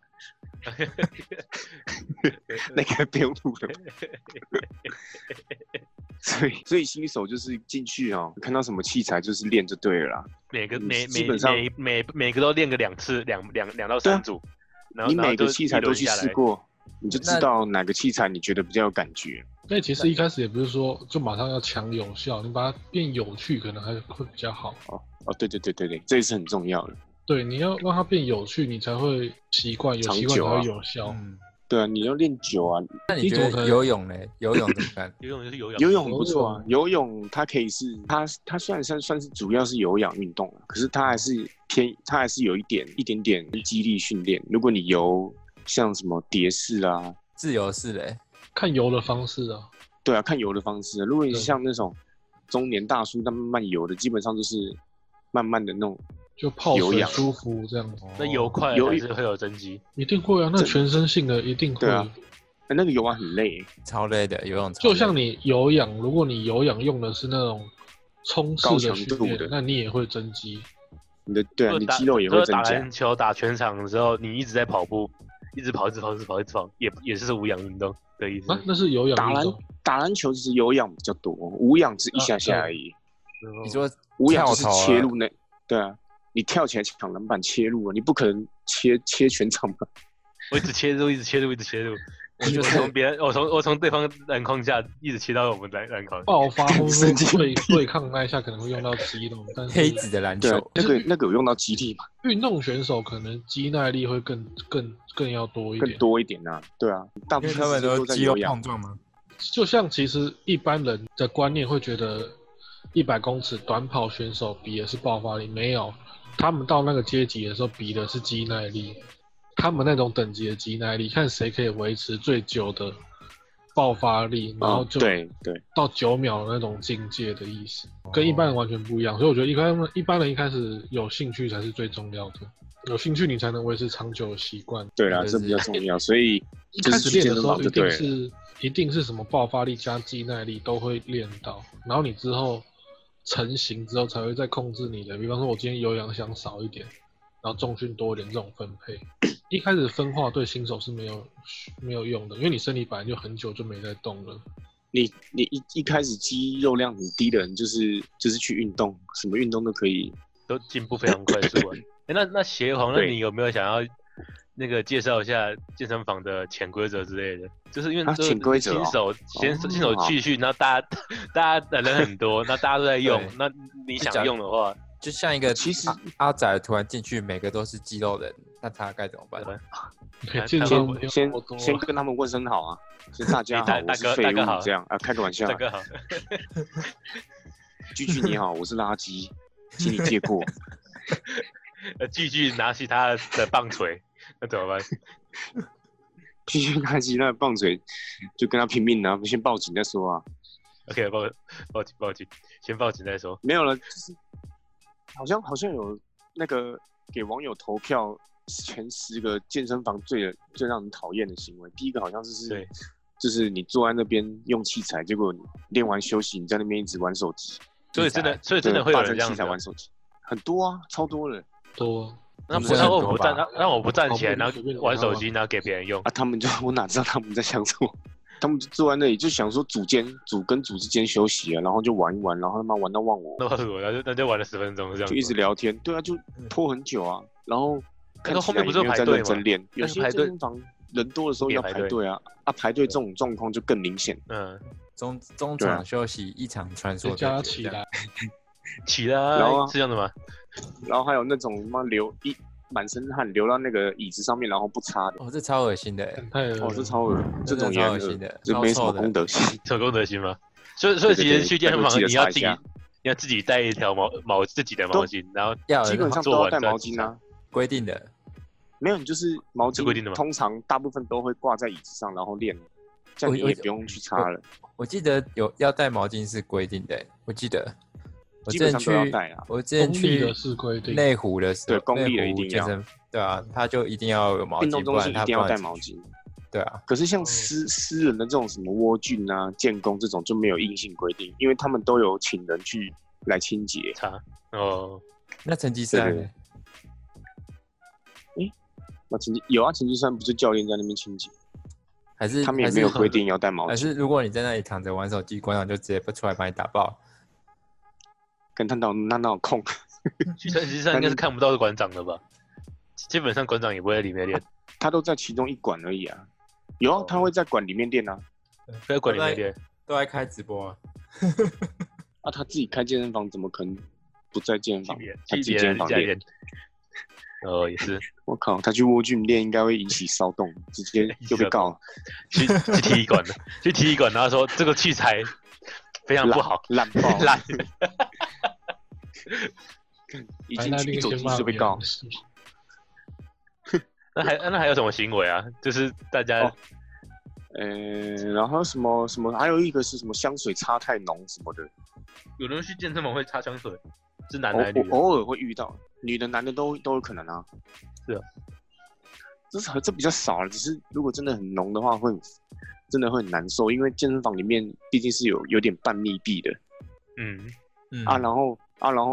[SPEAKER 1] 那个不用录了。 (laughs) 所以，所以新手就是进去哦，看到什么器材就是练就对了啦。
[SPEAKER 3] 每个
[SPEAKER 1] 嗯
[SPEAKER 3] 每
[SPEAKER 1] 基
[SPEAKER 3] 每
[SPEAKER 1] 本上
[SPEAKER 3] 每每每个都练个两次，两两两到
[SPEAKER 1] 对啊
[SPEAKER 3] 三组，然后
[SPEAKER 1] 你
[SPEAKER 3] 然后
[SPEAKER 1] 每
[SPEAKER 3] 就
[SPEAKER 1] 个
[SPEAKER 3] 是
[SPEAKER 1] 器
[SPEAKER 3] 一
[SPEAKER 1] 材都
[SPEAKER 3] 轮
[SPEAKER 1] 去
[SPEAKER 3] 下
[SPEAKER 1] 试
[SPEAKER 3] 来
[SPEAKER 1] 过，你就知道哪个器材你觉得比较有感觉。
[SPEAKER 4] 那其实一开始也不是说就马上要强有效，你把它变有趣，可能还会比较好。
[SPEAKER 1] 哦，对对对对对，这也是很重要的。
[SPEAKER 4] 对，你要让它变有趣，你才会习惯，有
[SPEAKER 1] 长
[SPEAKER 4] 习惯
[SPEAKER 1] 久
[SPEAKER 4] 才
[SPEAKER 1] 啊
[SPEAKER 4] 会有效。
[SPEAKER 2] 嗯，
[SPEAKER 1] 对啊，你要练久啊，
[SPEAKER 2] 那你觉得游泳嘞？游泳怎么办？
[SPEAKER 3] 游泳就是有氧，
[SPEAKER 1] 游泳不错啊游
[SPEAKER 4] 游泳，
[SPEAKER 1] 泳它可以是它它虽然算算是主要是有氧运动啊，可是它还是偏它还是有一点一点点肌力训练。如果你游像什么蝶式啊，
[SPEAKER 2] 自由式嘞？
[SPEAKER 4] 看游的方式啊，
[SPEAKER 1] 对啊，看游的方式啊、如果你
[SPEAKER 4] 对
[SPEAKER 1] 像那种中年大叔在慢慢游的，基本上就是慢慢的那种
[SPEAKER 4] 就泡
[SPEAKER 1] 有
[SPEAKER 4] 水
[SPEAKER 1] 氧
[SPEAKER 4] 舒服这样子，
[SPEAKER 3] 那游
[SPEAKER 2] 哦
[SPEAKER 3] 快
[SPEAKER 1] 哦游
[SPEAKER 3] 还是会有增肌。
[SPEAKER 4] 一定会啊。那
[SPEAKER 1] 这
[SPEAKER 4] 全身性的一定会
[SPEAKER 1] 对，啊呃那个游完很累欸、
[SPEAKER 2] 超累的，游泳超累
[SPEAKER 4] 就像你有氧，如果你有氧用的是那种冲
[SPEAKER 1] 高
[SPEAKER 4] 刺
[SPEAKER 1] 强
[SPEAKER 4] 的训
[SPEAKER 1] 度
[SPEAKER 4] 练
[SPEAKER 1] 的，
[SPEAKER 4] 那你也会增肌。
[SPEAKER 1] 你的对啊，
[SPEAKER 3] 就
[SPEAKER 1] 你
[SPEAKER 3] 打
[SPEAKER 1] 肌肉也
[SPEAKER 3] 就
[SPEAKER 1] 会
[SPEAKER 3] 是
[SPEAKER 1] 增
[SPEAKER 3] 打
[SPEAKER 1] 加
[SPEAKER 3] 篮。球、打全场的时候，你一直在跑步，一直跑、一直跑、一直跑、一直跑，也也是无氧运动的意
[SPEAKER 1] 嗯
[SPEAKER 3] 思。
[SPEAKER 4] 啊，那是有氧
[SPEAKER 1] 打
[SPEAKER 4] 运
[SPEAKER 1] 篮
[SPEAKER 4] 动，
[SPEAKER 1] 打篮球其实有氧比较多，无氧只一下下而已。
[SPEAKER 3] 你
[SPEAKER 2] 你说
[SPEAKER 1] 无氧
[SPEAKER 2] 跳
[SPEAKER 1] 就是
[SPEAKER 2] 投啊
[SPEAKER 1] 切入那，对啊，你跳起来抢篮板切入啊，你不可能切切全场吧？
[SPEAKER 3] 我一直切入，一直切入，一直切
[SPEAKER 1] (laughs)
[SPEAKER 3] 入，我
[SPEAKER 2] 就
[SPEAKER 3] 就是从别人，我从我从对方篮筐下一直切到我们篮篮筐。
[SPEAKER 1] 哦
[SPEAKER 4] 爆发或者
[SPEAKER 1] 神经
[SPEAKER 4] 说对对抗那一下可能会用到肌肉，但
[SPEAKER 2] 黑
[SPEAKER 4] 是
[SPEAKER 2] 子的篮
[SPEAKER 1] 对啊
[SPEAKER 2] 球，，
[SPEAKER 1] 那个那个有用到肌力嘛，
[SPEAKER 4] 运动选手可能肌耐力会更更更要多一
[SPEAKER 1] 更
[SPEAKER 4] 点。
[SPEAKER 1] 多一点呐、啊。对啊，大部
[SPEAKER 2] 因为
[SPEAKER 1] 分
[SPEAKER 2] 他
[SPEAKER 1] 时
[SPEAKER 2] 们
[SPEAKER 1] 间
[SPEAKER 2] 都
[SPEAKER 1] 在
[SPEAKER 2] 肌肉
[SPEAKER 1] 有氧
[SPEAKER 2] 碰，撞嘛。
[SPEAKER 4] 就像其实一般人的观念会觉得，一百公尺短跑选手比的是爆发力，没有，他们到那个阶级的时候比的是肌耐力，他们那种等级的肌耐力，看谁可以维持最久的爆发力，然后
[SPEAKER 1] 嗯，
[SPEAKER 4] 就
[SPEAKER 1] 对对，
[SPEAKER 4] 到九秒那种境界的意思，跟一般人完全不一样。所以我觉得一般一般人一开始有兴趣才是最重要的，有兴趣你才能维持长久的习惯。
[SPEAKER 1] 对啦，
[SPEAKER 2] 就
[SPEAKER 1] 这
[SPEAKER 2] 是
[SPEAKER 1] 比较重要，所以
[SPEAKER 4] 一
[SPEAKER 1] 就
[SPEAKER 4] 开
[SPEAKER 1] 是
[SPEAKER 4] 始
[SPEAKER 1] 健
[SPEAKER 4] 练
[SPEAKER 1] 身
[SPEAKER 4] 的时
[SPEAKER 1] 房
[SPEAKER 4] 候
[SPEAKER 1] 就
[SPEAKER 4] 一
[SPEAKER 1] 对
[SPEAKER 4] 定
[SPEAKER 1] 了。
[SPEAKER 4] 是一定是什么爆发力加肌耐力都会练到，然后你之后成型之后才会再控制你的，比方说我今天有氧想少一点，然后重训多一点这种分配。一开始分化对新手是没有没有用的，因为你身体本来就很久就没在动了。
[SPEAKER 1] 你你一一开始肌肉量很低的人，就是就是去运动，什么运动都可以。
[SPEAKER 3] 都进步非常快速
[SPEAKER 1] (laughs)
[SPEAKER 3] 啊。诶那那协皇，那
[SPEAKER 1] 对
[SPEAKER 3] 你有没有想要那个介绍一下健身房的潜规则之类的？就是因为
[SPEAKER 1] 啊
[SPEAKER 3] 这个
[SPEAKER 1] 潜规则
[SPEAKER 3] 新
[SPEAKER 1] 哦
[SPEAKER 3] 手新手
[SPEAKER 1] 哦
[SPEAKER 3] 新手去去，然后大家大家人很多，那大家都在用
[SPEAKER 2] 对，
[SPEAKER 3] 那
[SPEAKER 1] 哎
[SPEAKER 3] 你
[SPEAKER 2] 就假
[SPEAKER 3] 想用的话，
[SPEAKER 2] 就像一个
[SPEAKER 1] 其实
[SPEAKER 2] 阿阿仔突然进去，每个都是肌肉人，那他该怎么办？
[SPEAKER 3] 对
[SPEAKER 4] 对，
[SPEAKER 3] 啊
[SPEAKER 4] 健
[SPEAKER 3] 差
[SPEAKER 4] 身
[SPEAKER 1] 先
[SPEAKER 3] 不
[SPEAKER 4] 没有
[SPEAKER 1] 先
[SPEAKER 4] 那么多
[SPEAKER 1] 先跟他们问声好啊，先大
[SPEAKER 4] (laughs)
[SPEAKER 1] 家好
[SPEAKER 3] 大，
[SPEAKER 1] 我
[SPEAKER 3] 大
[SPEAKER 1] 是
[SPEAKER 3] 哥
[SPEAKER 1] 废
[SPEAKER 3] 大
[SPEAKER 1] 物
[SPEAKER 3] 哥好
[SPEAKER 1] 这样啊，开个玩笑
[SPEAKER 3] 这
[SPEAKER 1] 啊。
[SPEAKER 3] 个好，
[SPEAKER 1] 居居你好，我是垃圾，请你借
[SPEAKER 4] (laughs)
[SPEAKER 1] 过。
[SPEAKER 3] 呃，继续拿起他的棒槌，那怎么办？
[SPEAKER 1] 继续开机那棒槌，就跟他拼命啊！先报警再说啊！
[SPEAKER 3] OK，报报警报警，先报警再说。
[SPEAKER 1] 没有了，就是好像好像有那个给网友投票前十个健身房最最让人讨厌的行为，第一个好像就是
[SPEAKER 3] 对
[SPEAKER 1] 就是你坐在那边用器材，结果你练完休息，你在那边一直玩手机，
[SPEAKER 3] 所以真的，所以真的会有
[SPEAKER 1] 霸
[SPEAKER 3] 人
[SPEAKER 1] 占
[SPEAKER 3] 这样
[SPEAKER 1] 器
[SPEAKER 3] 子
[SPEAKER 1] 材
[SPEAKER 3] 啊
[SPEAKER 1] 玩。手机，很多啊，超多人
[SPEAKER 4] 多，
[SPEAKER 3] 那
[SPEAKER 2] 女
[SPEAKER 3] 不
[SPEAKER 2] 生
[SPEAKER 3] 让
[SPEAKER 2] 很
[SPEAKER 3] 我
[SPEAKER 2] 多
[SPEAKER 3] 不
[SPEAKER 2] 吧
[SPEAKER 3] 站，那让我
[SPEAKER 1] 哦
[SPEAKER 3] 不站起来，
[SPEAKER 4] 旁边
[SPEAKER 3] 然后
[SPEAKER 4] 随便
[SPEAKER 3] 玩
[SPEAKER 4] 拿
[SPEAKER 3] 手
[SPEAKER 4] 吧
[SPEAKER 3] 机，然后给别人用
[SPEAKER 1] 啊！。他们就我哪知道他们在想什么？他们就坐在那里就想说组间组跟组之间休息啊，然后就玩一玩，然后他妈玩到忘我。
[SPEAKER 3] 那我那就那就玩了十分钟这样子
[SPEAKER 1] 就
[SPEAKER 3] 吗。
[SPEAKER 1] 一直聊天，对啊，就
[SPEAKER 2] 嗯
[SPEAKER 1] 拖很久啊。然后看
[SPEAKER 3] 那
[SPEAKER 1] 起
[SPEAKER 3] 后
[SPEAKER 1] 来也
[SPEAKER 3] 面不
[SPEAKER 1] 没
[SPEAKER 3] 是有
[SPEAKER 1] 有
[SPEAKER 3] 排
[SPEAKER 1] 在
[SPEAKER 3] 队
[SPEAKER 1] 认
[SPEAKER 3] 吗
[SPEAKER 1] 真练，有
[SPEAKER 3] 那是
[SPEAKER 1] 些
[SPEAKER 3] 排
[SPEAKER 1] 健
[SPEAKER 3] 队
[SPEAKER 1] 身房人多的时候要
[SPEAKER 3] 也
[SPEAKER 1] 排
[SPEAKER 3] 排队
[SPEAKER 1] 队啊，啊排队这种状况就更明显。
[SPEAKER 3] 嗯，
[SPEAKER 2] 中中
[SPEAKER 1] 对啊
[SPEAKER 2] 场休息，一场穿梭
[SPEAKER 4] 再
[SPEAKER 2] 对
[SPEAKER 4] 加
[SPEAKER 2] 决
[SPEAKER 4] 起
[SPEAKER 2] 这样
[SPEAKER 4] 来，
[SPEAKER 3] 起来
[SPEAKER 1] 然后啊
[SPEAKER 3] 是这样的吗？
[SPEAKER 1] 然后还有那种妈流一满身汗流到那个椅子上面，然后不擦的，
[SPEAKER 2] 哦，这超恶心的欸，
[SPEAKER 4] 太
[SPEAKER 3] 嗯
[SPEAKER 4] 恶
[SPEAKER 1] 哦，
[SPEAKER 4] 了
[SPEAKER 1] 这超恶，这
[SPEAKER 2] 真的
[SPEAKER 1] 种也
[SPEAKER 2] 超
[SPEAKER 1] 很
[SPEAKER 2] 恶
[SPEAKER 1] 恶
[SPEAKER 2] 心的
[SPEAKER 1] 这
[SPEAKER 2] 超
[SPEAKER 1] 没什
[SPEAKER 2] 臭
[SPEAKER 1] 么
[SPEAKER 2] 的
[SPEAKER 1] 公德
[SPEAKER 3] (laughs)
[SPEAKER 1] 心。
[SPEAKER 3] 手工德行吗？所以所以
[SPEAKER 1] 对
[SPEAKER 3] 其
[SPEAKER 1] 对
[SPEAKER 3] 实
[SPEAKER 1] 对
[SPEAKER 3] 去健身
[SPEAKER 1] 那个
[SPEAKER 3] 房
[SPEAKER 1] 记得
[SPEAKER 3] 你要
[SPEAKER 1] 擦一
[SPEAKER 3] 自己
[SPEAKER 1] 下
[SPEAKER 3] 你要自己带一条毛毛自己的毛巾，然后
[SPEAKER 2] 要
[SPEAKER 1] 基
[SPEAKER 2] 有
[SPEAKER 1] 本上都
[SPEAKER 3] 哎做
[SPEAKER 1] 要
[SPEAKER 3] 完
[SPEAKER 1] 带
[SPEAKER 3] 再
[SPEAKER 1] 毛巾啊，
[SPEAKER 2] 规定的，
[SPEAKER 1] 没有你就是毛
[SPEAKER 3] 是规定的
[SPEAKER 1] 巾，
[SPEAKER 3] 吗
[SPEAKER 1] 通常大部分都会挂在椅子上，然后练，这样
[SPEAKER 2] 我
[SPEAKER 1] 你
[SPEAKER 2] 我
[SPEAKER 1] 也不用去擦了，
[SPEAKER 2] 我记得有要带毛巾是规定的欸，我记得。我
[SPEAKER 1] 基
[SPEAKER 2] 之
[SPEAKER 1] 本上
[SPEAKER 2] 前去
[SPEAKER 1] 都要带啊，
[SPEAKER 2] 我之前
[SPEAKER 4] 公立
[SPEAKER 2] 去
[SPEAKER 4] 的是规定
[SPEAKER 2] 内湖的时候，
[SPEAKER 1] 对公立的
[SPEAKER 2] 内湖
[SPEAKER 1] 一定要
[SPEAKER 2] 健身，对啊，他就一定要有毛
[SPEAKER 1] 运
[SPEAKER 2] 巾，
[SPEAKER 1] 动
[SPEAKER 2] 不
[SPEAKER 1] 中
[SPEAKER 2] 然
[SPEAKER 1] 心
[SPEAKER 2] 他
[SPEAKER 1] 一
[SPEAKER 2] 不
[SPEAKER 1] 定要
[SPEAKER 2] 让
[SPEAKER 1] 带
[SPEAKER 2] 你
[SPEAKER 1] 毛
[SPEAKER 2] 进去
[SPEAKER 1] 巾。
[SPEAKER 2] 对啊，
[SPEAKER 1] 可是像
[SPEAKER 4] 嗯
[SPEAKER 1] 私私人的这种什么窝菌啊、建工这种就没有硬性规定，因为他们都有请人去来清洁。
[SPEAKER 3] 擦。哦，
[SPEAKER 2] 那成绩是
[SPEAKER 1] 对对那成绩有啊，成绩山不是教练在那边清洁，
[SPEAKER 2] 还是
[SPEAKER 1] 他们也
[SPEAKER 2] 还是
[SPEAKER 1] 没有规定要带毛
[SPEAKER 2] 还
[SPEAKER 1] 巾，
[SPEAKER 2] 是如果你在那里躺着玩手机，馆长就直接不出来把你打爆。
[SPEAKER 1] 跟他脑那哪有空？
[SPEAKER 3] 去
[SPEAKER 1] 嗯
[SPEAKER 3] 成吉思汗应该是看不到馆长的吧？基本上馆长也不会在里面练，
[SPEAKER 1] 他都在其中一馆而已啊。有啊，他会在馆里面练啊，
[SPEAKER 3] 不在馆里面
[SPEAKER 2] 都在
[SPEAKER 3] 练。
[SPEAKER 2] 都在开直播啊，
[SPEAKER 1] 啊，他自己开健身房怎么可能不在健身
[SPEAKER 3] 去
[SPEAKER 1] 房
[SPEAKER 3] 别？
[SPEAKER 1] 哦他自己健
[SPEAKER 3] 去别
[SPEAKER 1] 身
[SPEAKER 3] 人
[SPEAKER 1] 房
[SPEAKER 3] 家
[SPEAKER 1] 练
[SPEAKER 3] 练。。哦，也是
[SPEAKER 1] 我靠，他去窝菌练应该会引起骚动，直接就被告
[SPEAKER 3] 去去体育馆 (laughs) 的，去体育馆，然后说这个器材非常不好，
[SPEAKER 1] 烂爆，
[SPEAKER 3] (laughs) 烂。
[SPEAKER 1] 已
[SPEAKER 4] 白
[SPEAKER 1] 经
[SPEAKER 4] 带哎那
[SPEAKER 1] 一
[SPEAKER 4] 个
[SPEAKER 1] 走
[SPEAKER 4] 先
[SPEAKER 1] 进
[SPEAKER 4] 骂
[SPEAKER 1] 去就被
[SPEAKER 4] 别人
[SPEAKER 1] 告。
[SPEAKER 3] 那还那还有什么行为啊？就是大家
[SPEAKER 1] 哦呃，然后什么什么，还有一个是什么香水擦太浓什么的，
[SPEAKER 3] 有人去健身房会擦香水，是男
[SPEAKER 1] 偶
[SPEAKER 3] 的还是女的？
[SPEAKER 1] 偶偶尔会遇到，女的男的都都有可能啊。
[SPEAKER 3] 是啊，
[SPEAKER 1] 这是这比较少了，只是如果真的很浓的话，会很真的会很难受，因为健身房里面毕竟是有有点半密闭的、
[SPEAKER 3] 嗯，
[SPEAKER 2] 嗯
[SPEAKER 1] 啊，然后啊，然后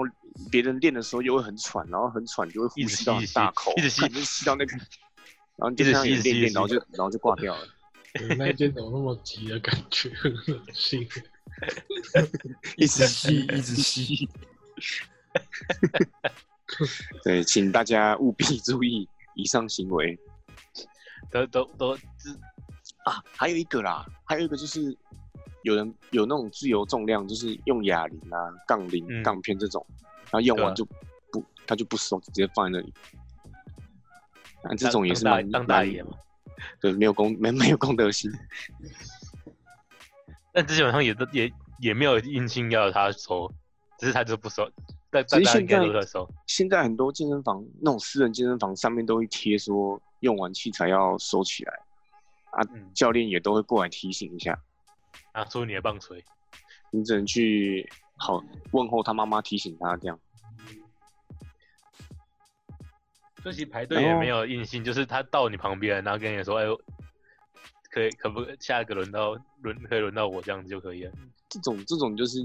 [SPEAKER 1] 别人练的时候又会很喘，然后很喘就会呼
[SPEAKER 3] 一直
[SPEAKER 1] 吸
[SPEAKER 3] 吸
[SPEAKER 1] 到
[SPEAKER 3] 一直吸
[SPEAKER 1] 大口，
[SPEAKER 3] 一直吸
[SPEAKER 1] 感觉吸到那
[SPEAKER 3] (laughs)
[SPEAKER 1] 个，然后就
[SPEAKER 3] 一直
[SPEAKER 1] 像
[SPEAKER 3] 吸一直吸
[SPEAKER 1] 练
[SPEAKER 3] 一
[SPEAKER 1] 练，
[SPEAKER 3] 直
[SPEAKER 1] 然后
[SPEAKER 3] 吸
[SPEAKER 1] 就然后就挂掉了。
[SPEAKER 4] 你们那一间怎么那么急的感觉？ (laughs) 很恶心。
[SPEAKER 2] 一直吸，一直吸。 (laughs)
[SPEAKER 1] (laughs) 对，请大家务必注意以上行为。
[SPEAKER 3] 都都都自
[SPEAKER 1] 啊，还有一个啦，还有一个就是有人有那种自由重量，就是用哑铃啊、杠铃、
[SPEAKER 3] 嗯
[SPEAKER 1] 杠片这种，然后用
[SPEAKER 3] 对啊
[SPEAKER 1] 完就不，他就不收，直接放在那里。啊，这种也是
[SPEAKER 3] 当
[SPEAKER 1] 蛮
[SPEAKER 3] 当大
[SPEAKER 1] 蛮
[SPEAKER 3] 爷嘛。
[SPEAKER 1] 对，没有公没 (laughs) 没有公德心，
[SPEAKER 3] 但基本上也都也也没有硬性要他收，只是他就不收。但
[SPEAKER 1] 只
[SPEAKER 3] 大
[SPEAKER 1] 是
[SPEAKER 3] 家
[SPEAKER 1] 现
[SPEAKER 3] 应该
[SPEAKER 1] 在
[SPEAKER 3] 都在收，
[SPEAKER 1] 现在很多健身房那种私人健身房上面都会贴说用完器材要收起来，啊，
[SPEAKER 3] 嗯
[SPEAKER 1] 教练也都会过来提醒一下。
[SPEAKER 3] 拿出你的棒槌。
[SPEAKER 1] 你只能去好问候他妈妈，提醒他这样。
[SPEAKER 3] 所以其实排队也没
[SPEAKER 1] 哦
[SPEAKER 3] 有硬性，就是他到你旁边，然后跟你说：“哎呦，可以可不可以下一个轮到轮可以轮到我这样子就可以了。
[SPEAKER 1] 这种这种就是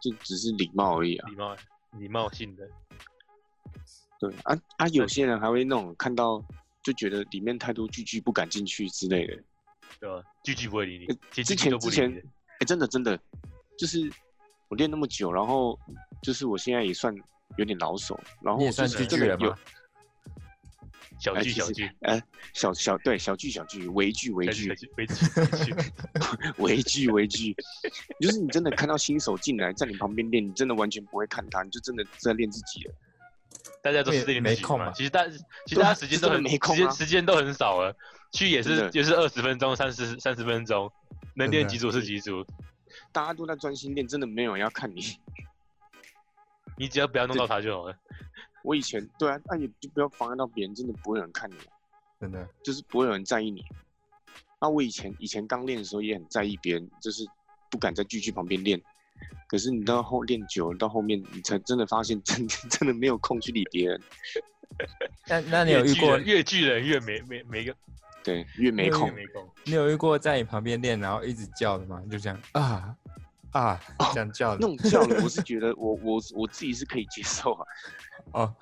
[SPEAKER 1] 就只是礼貌而已”啊。
[SPEAKER 3] 礼貌礼貌性的，
[SPEAKER 1] 对啊啊，有些人还会那种看到就觉得里面太多句句不敢进去之类的。
[SPEAKER 3] 对吧？句句不会理你
[SPEAKER 1] 呃，
[SPEAKER 3] 其实
[SPEAKER 1] 之
[SPEAKER 3] 句句
[SPEAKER 1] 前
[SPEAKER 3] 都
[SPEAKER 1] 之
[SPEAKER 3] 不理
[SPEAKER 1] 前
[SPEAKER 3] 你的。，
[SPEAKER 1] 哎、真的真的，就是我练那么久，然后就是我现在也算有点老手，然后
[SPEAKER 2] 你也
[SPEAKER 1] 我就
[SPEAKER 2] 算
[SPEAKER 1] 是
[SPEAKER 2] 巨
[SPEAKER 1] 真
[SPEAKER 2] 巨
[SPEAKER 1] 的
[SPEAKER 2] 人
[SPEAKER 1] 有
[SPEAKER 2] 吗？
[SPEAKER 3] 小
[SPEAKER 1] 哎
[SPEAKER 3] 句
[SPEAKER 1] 其
[SPEAKER 3] 小
[SPEAKER 1] 实
[SPEAKER 3] 句，
[SPEAKER 1] 哎小小对小句小句微句微
[SPEAKER 3] 小
[SPEAKER 1] 句
[SPEAKER 3] 句小句，回去回去。
[SPEAKER 1] 微距微距，就是你真的看到新手进来在你旁边练，你真的完全不会看他，你就真的在练自己了。
[SPEAKER 3] 大家都是
[SPEAKER 2] 对
[SPEAKER 3] 练
[SPEAKER 2] 没
[SPEAKER 3] 习
[SPEAKER 2] 空
[SPEAKER 3] 嘛。
[SPEAKER 2] 嘛
[SPEAKER 3] 其实大其实
[SPEAKER 1] 对啊
[SPEAKER 3] 大家时间
[SPEAKER 1] 就
[SPEAKER 3] 都
[SPEAKER 1] 真的
[SPEAKER 3] 很
[SPEAKER 1] 没空啊
[SPEAKER 3] 时间时间都很少了，去也是
[SPEAKER 1] 真的
[SPEAKER 3] 也是二十分钟、三十三十分钟，能
[SPEAKER 2] 真
[SPEAKER 3] 练
[SPEAKER 2] 的
[SPEAKER 3] 几组是几组，
[SPEAKER 1] 大家都在专心练，真的没有人要看你。 (laughs)
[SPEAKER 3] 你只要不要弄到他就好了。
[SPEAKER 1] 我以前对啊，那、你就不要妨碍到别人，真的不会有人看你，
[SPEAKER 2] 真的，
[SPEAKER 1] 就是不会有人在意你。那我以前以前刚练的时候也很在意别人，就是不敢在巨巨旁边练。可是你到后练久了，到后面你才真的 (laughs) 发现真真的没有空去理别人，
[SPEAKER 2] 那那你有遇过
[SPEAKER 3] 越巨人越巨人越没没没个
[SPEAKER 1] 对，越没
[SPEAKER 2] 越
[SPEAKER 1] 空
[SPEAKER 3] 越。没空，
[SPEAKER 2] 你有遇过在你旁边练，然后一直叫的吗？就这样啊啊这样叫
[SPEAKER 1] 那
[SPEAKER 2] 的
[SPEAKER 1] 种叫的，我是觉得我我我自己是可以接受啊。
[SPEAKER 2] 哦，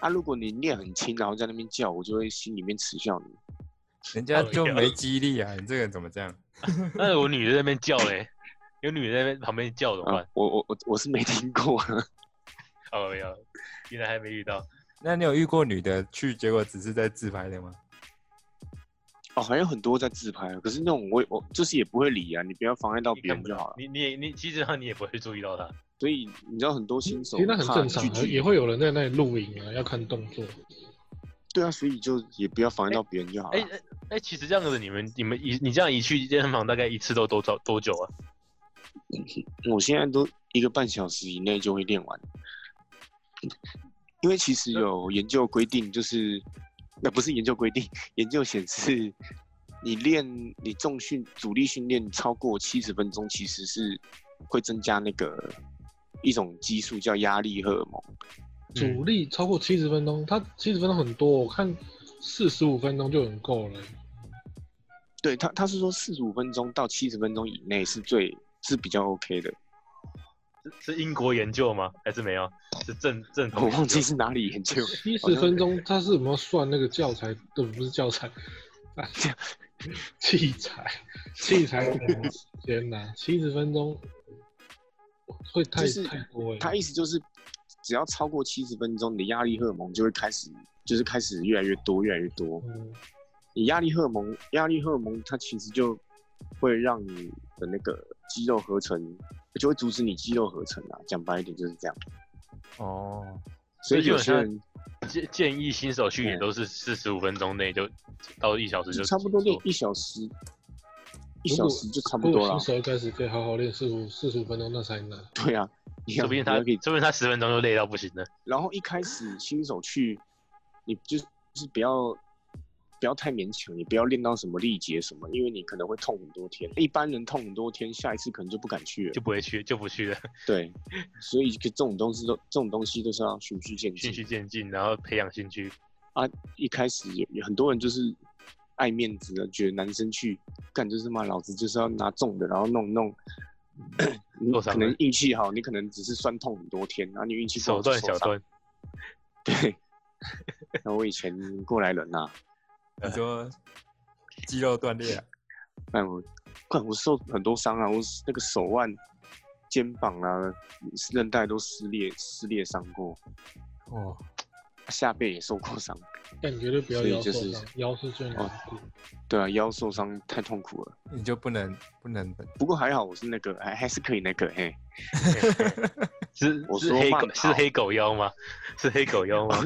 [SPEAKER 1] 啊，如果你练很轻，然后在那边叫，我就会心里面耻笑你。
[SPEAKER 2] 人家就
[SPEAKER 3] 哎呀
[SPEAKER 2] 没激励啊！你这个人怎么这样？
[SPEAKER 3] 那有女的在那边叫嘞，有女的在那边旁边叫怎么
[SPEAKER 1] 啊
[SPEAKER 3] 办？，
[SPEAKER 1] 我我我我是没听过啊，嗯
[SPEAKER 3] 哦，没有，原来还没遇到。
[SPEAKER 2] 那你有遇过女的去，结果只是在自拍的吗？
[SPEAKER 1] 哦，还有很多在自拍啊，可是那种我也我就是也不会理啊，你不要妨碍到
[SPEAKER 3] 你
[SPEAKER 1] 别
[SPEAKER 3] 看
[SPEAKER 1] 人
[SPEAKER 3] 不
[SPEAKER 1] 就好
[SPEAKER 3] 到
[SPEAKER 1] 了，。
[SPEAKER 3] 你你也你其实上你也不会注意到他，
[SPEAKER 1] 所以你知道很多新手
[SPEAKER 4] 其实那很
[SPEAKER 1] 怕
[SPEAKER 4] 正常
[SPEAKER 1] 拒
[SPEAKER 4] 啊，
[SPEAKER 1] 绝
[SPEAKER 4] 也会有人在那里录影啊，要看动作。
[SPEAKER 1] 对啊，所以就也不要妨碍到别人就好了。
[SPEAKER 3] 哎哎哎，其实这样子你们你们一你这样一去健身房大概一次都多少多久啊？
[SPEAKER 1] 我现在都一个半小时以内就会练完，因为其实有研究规定，就是那不是研究规定，研究显示你练你重训主力训练超过七十分钟，其实是会增加那个一种激素叫压力荷尔蒙。
[SPEAKER 3] 嗯
[SPEAKER 4] 主力超过七十分钟，他七十分钟很多，我看四十五分钟就很
[SPEAKER 1] (laughs)
[SPEAKER 4] 够了。
[SPEAKER 1] 对他，他是说四十五分钟到七十分钟以内是最是比较 OK 的。
[SPEAKER 3] 是是英国研究吗？还是没有？是正正统
[SPEAKER 1] 我
[SPEAKER 3] 研究？
[SPEAKER 1] 忘记是哪里研究，
[SPEAKER 4] 七十分钟他是有没有算那个教材？对，不是教材，
[SPEAKER 1] (laughs)
[SPEAKER 4] 啊器材，器材多少时间呐、七十分钟会太、
[SPEAKER 1] 就是
[SPEAKER 4] 太多了。
[SPEAKER 1] 他意思就是，只要超过七十分钟，你的压力荷尔蒙就会开始，就是开始越来越多，越来越多。
[SPEAKER 4] 嗯，
[SPEAKER 1] 你压力荷尔蒙，压力荷尔蒙它其实就会让你的那个肌肉合成，就会阻止你肌肉合成啊。讲白一点就是这样。
[SPEAKER 2] 哦，
[SPEAKER 1] 所以有些人
[SPEAKER 3] 建建议新手去也
[SPEAKER 1] 嗯
[SPEAKER 3] 都是四十五分钟内就到一小时就
[SPEAKER 1] 差不多练一小时，一小时就差不
[SPEAKER 4] 如
[SPEAKER 1] 多
[SPEAKER 4] 果
[SPEAKER 1] 了
[SPEAKER 4] 新。手一开始可以好好练四十五四十五分钟，那才难。
[SPEAKER 1] 对啊，你
[SPEAKER 3] 说
[SPEAKER 1] 看
[SPEAKER 3] 不定他
[SPEAKER 1] 可以
[SPEAKER 3] 说不定他十分钟就累到不行了。
[SPEAKER 1] 然后一开始新手去，你就是就是不要不要太勉强，也不要练到什么力竭什么，因为你可能会痛很多天。一般人痛很多天，下一次可能就不敢去了
[SPEAKER 3] 就。不会去，就不去
[SPEAKER 1] (laughs)
[SPEAKER 3] 了，
[SPEAKER 1] 对，所以这种东西都这种东西都是要循序渐
[SPEAKER 3] 循序
[SPEAKER 1] 进。
[SPEAKER 3] 渐进，然后培养兴趣。
[SPEAKER 1] 啊，一开始有有很多人就是爱面子的，觉得男生去干就是嘛，老子就是要拿重的，然后弄一
[SPEAKER 3] (coughs)
[SPEAKER 1] 弄。你
[SPEAKER 3] 受伤
[SPEAKER 1] 可
[SPEAKER 3] 了
[SPEAKER 1] 能运气好，你可能只是酸痛很多天，然后你运气不好
[SPEAKER 3] 手段
[SPEAKER 1] 就
[SPEAKER 3] 小
[SPEAKER 1] 受伤。
[SPEAKER 3] 段，
[SPEAKER 1] 对， (laughs) 那我以前过来人呐、啊
[SPEAKER 2] 你说肌肉断裂啊？
[SPEAKER 1] 哎，我，看我受很多伤啊，我那个手腕、肩膀啊、韧带都撕裂撕裂伤过。
[SPEAKER 2] 哦，
[SPEAKER 1] 下背也受过伤，
[SPEAKER 4] 但你绝对不要
[SPEAKER 1] 所以
[SPEAKER 4] 腰受
[SPEAKER 1] 就
[SPEAKER 4] 伤，
[SPEAKER 1] 是哦
[SPEAKER 4] 腰是最难顾。
[SPEAKER 1] 对啊，腰受伤太痛苦了。
[SPEAKER 2] 你就不能不能
[SPEAKER 1] 不过还好我是那个，还还是可以那个嘿， (laughs)
[SPEAKER 3] 是
[SPEAKER 1] 我
[SPEAKER 3] 是
[SPEAKER 1] 说
[SPEAKER 3] 黑
[SPEAKER 1] 慢
[SPEAKER 3] 狗是
[SPEAKER 1] 跑
[SPEAKER 3] 黑狗腰吗？是黑狗
[SPEAKER 1] (laughs)
[SPEAKER 3] 腰吗？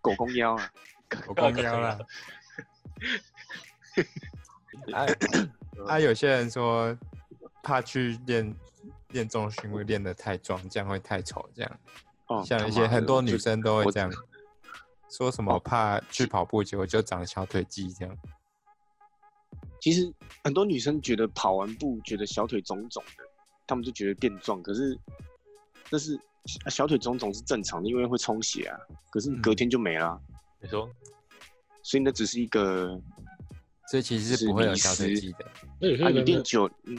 [SPEAKER 1] 狗公腰啊，
[SPEAKER 2] 我公腰啦。
[SPEAKER 1] 哎
[SPEAKER 2] 啊啊，有些人说怕去练练重训会练得太壮，这样会太丑，这样
[SPEAKER 1] 哦，
[SPEAKER 2] 像
[SPEAKER 1] 他
[SPEAKER 2] 一些
[SPEAKER 1] 妈
[SPEAKER 2] 很
[SPEAKER 1] 的
[SPEAKER 2] 多
[SPEAKER 1] 我
[SPEAKER 2] 女
[SPEAKER 1] 就
[SPEAKER 2] 生都会
[SPEAKER 1] 我哦
[SPEAKER 2] 这样说什么怕去跑步，结果就长小腿肌这样。
[SPEAKER 1] 其实很多女生觉得跑完步觉得小腿肿肿的，她们就觉得变壮，可是但是小腿肿肿是正常的，因为会充血啊，可是
[SPEAKER 2] 嗯
[SPEAKER 1] 隔天就没了啊、
[SPEAKER 3] 你说
[SPEAKER 1] 所以那只是一个
[SPEAKER 2] 所以其实是
[SPEAKER 1] 是
[SPEAKER 2] 不会有
[SPEAKER 1] 迷
[SPEAKER 2] 小腿
[SPEAKER 1] 失
[SPEAKER 2] 肌的。
[SPEAKER 4] 那有些
[SPEAKER 1] 啊，你
[SPEAKER 4] 人
[SPEAKER 1] 练
[SPEAKER 4] 的
[SPEAKER 1] 久，嗯，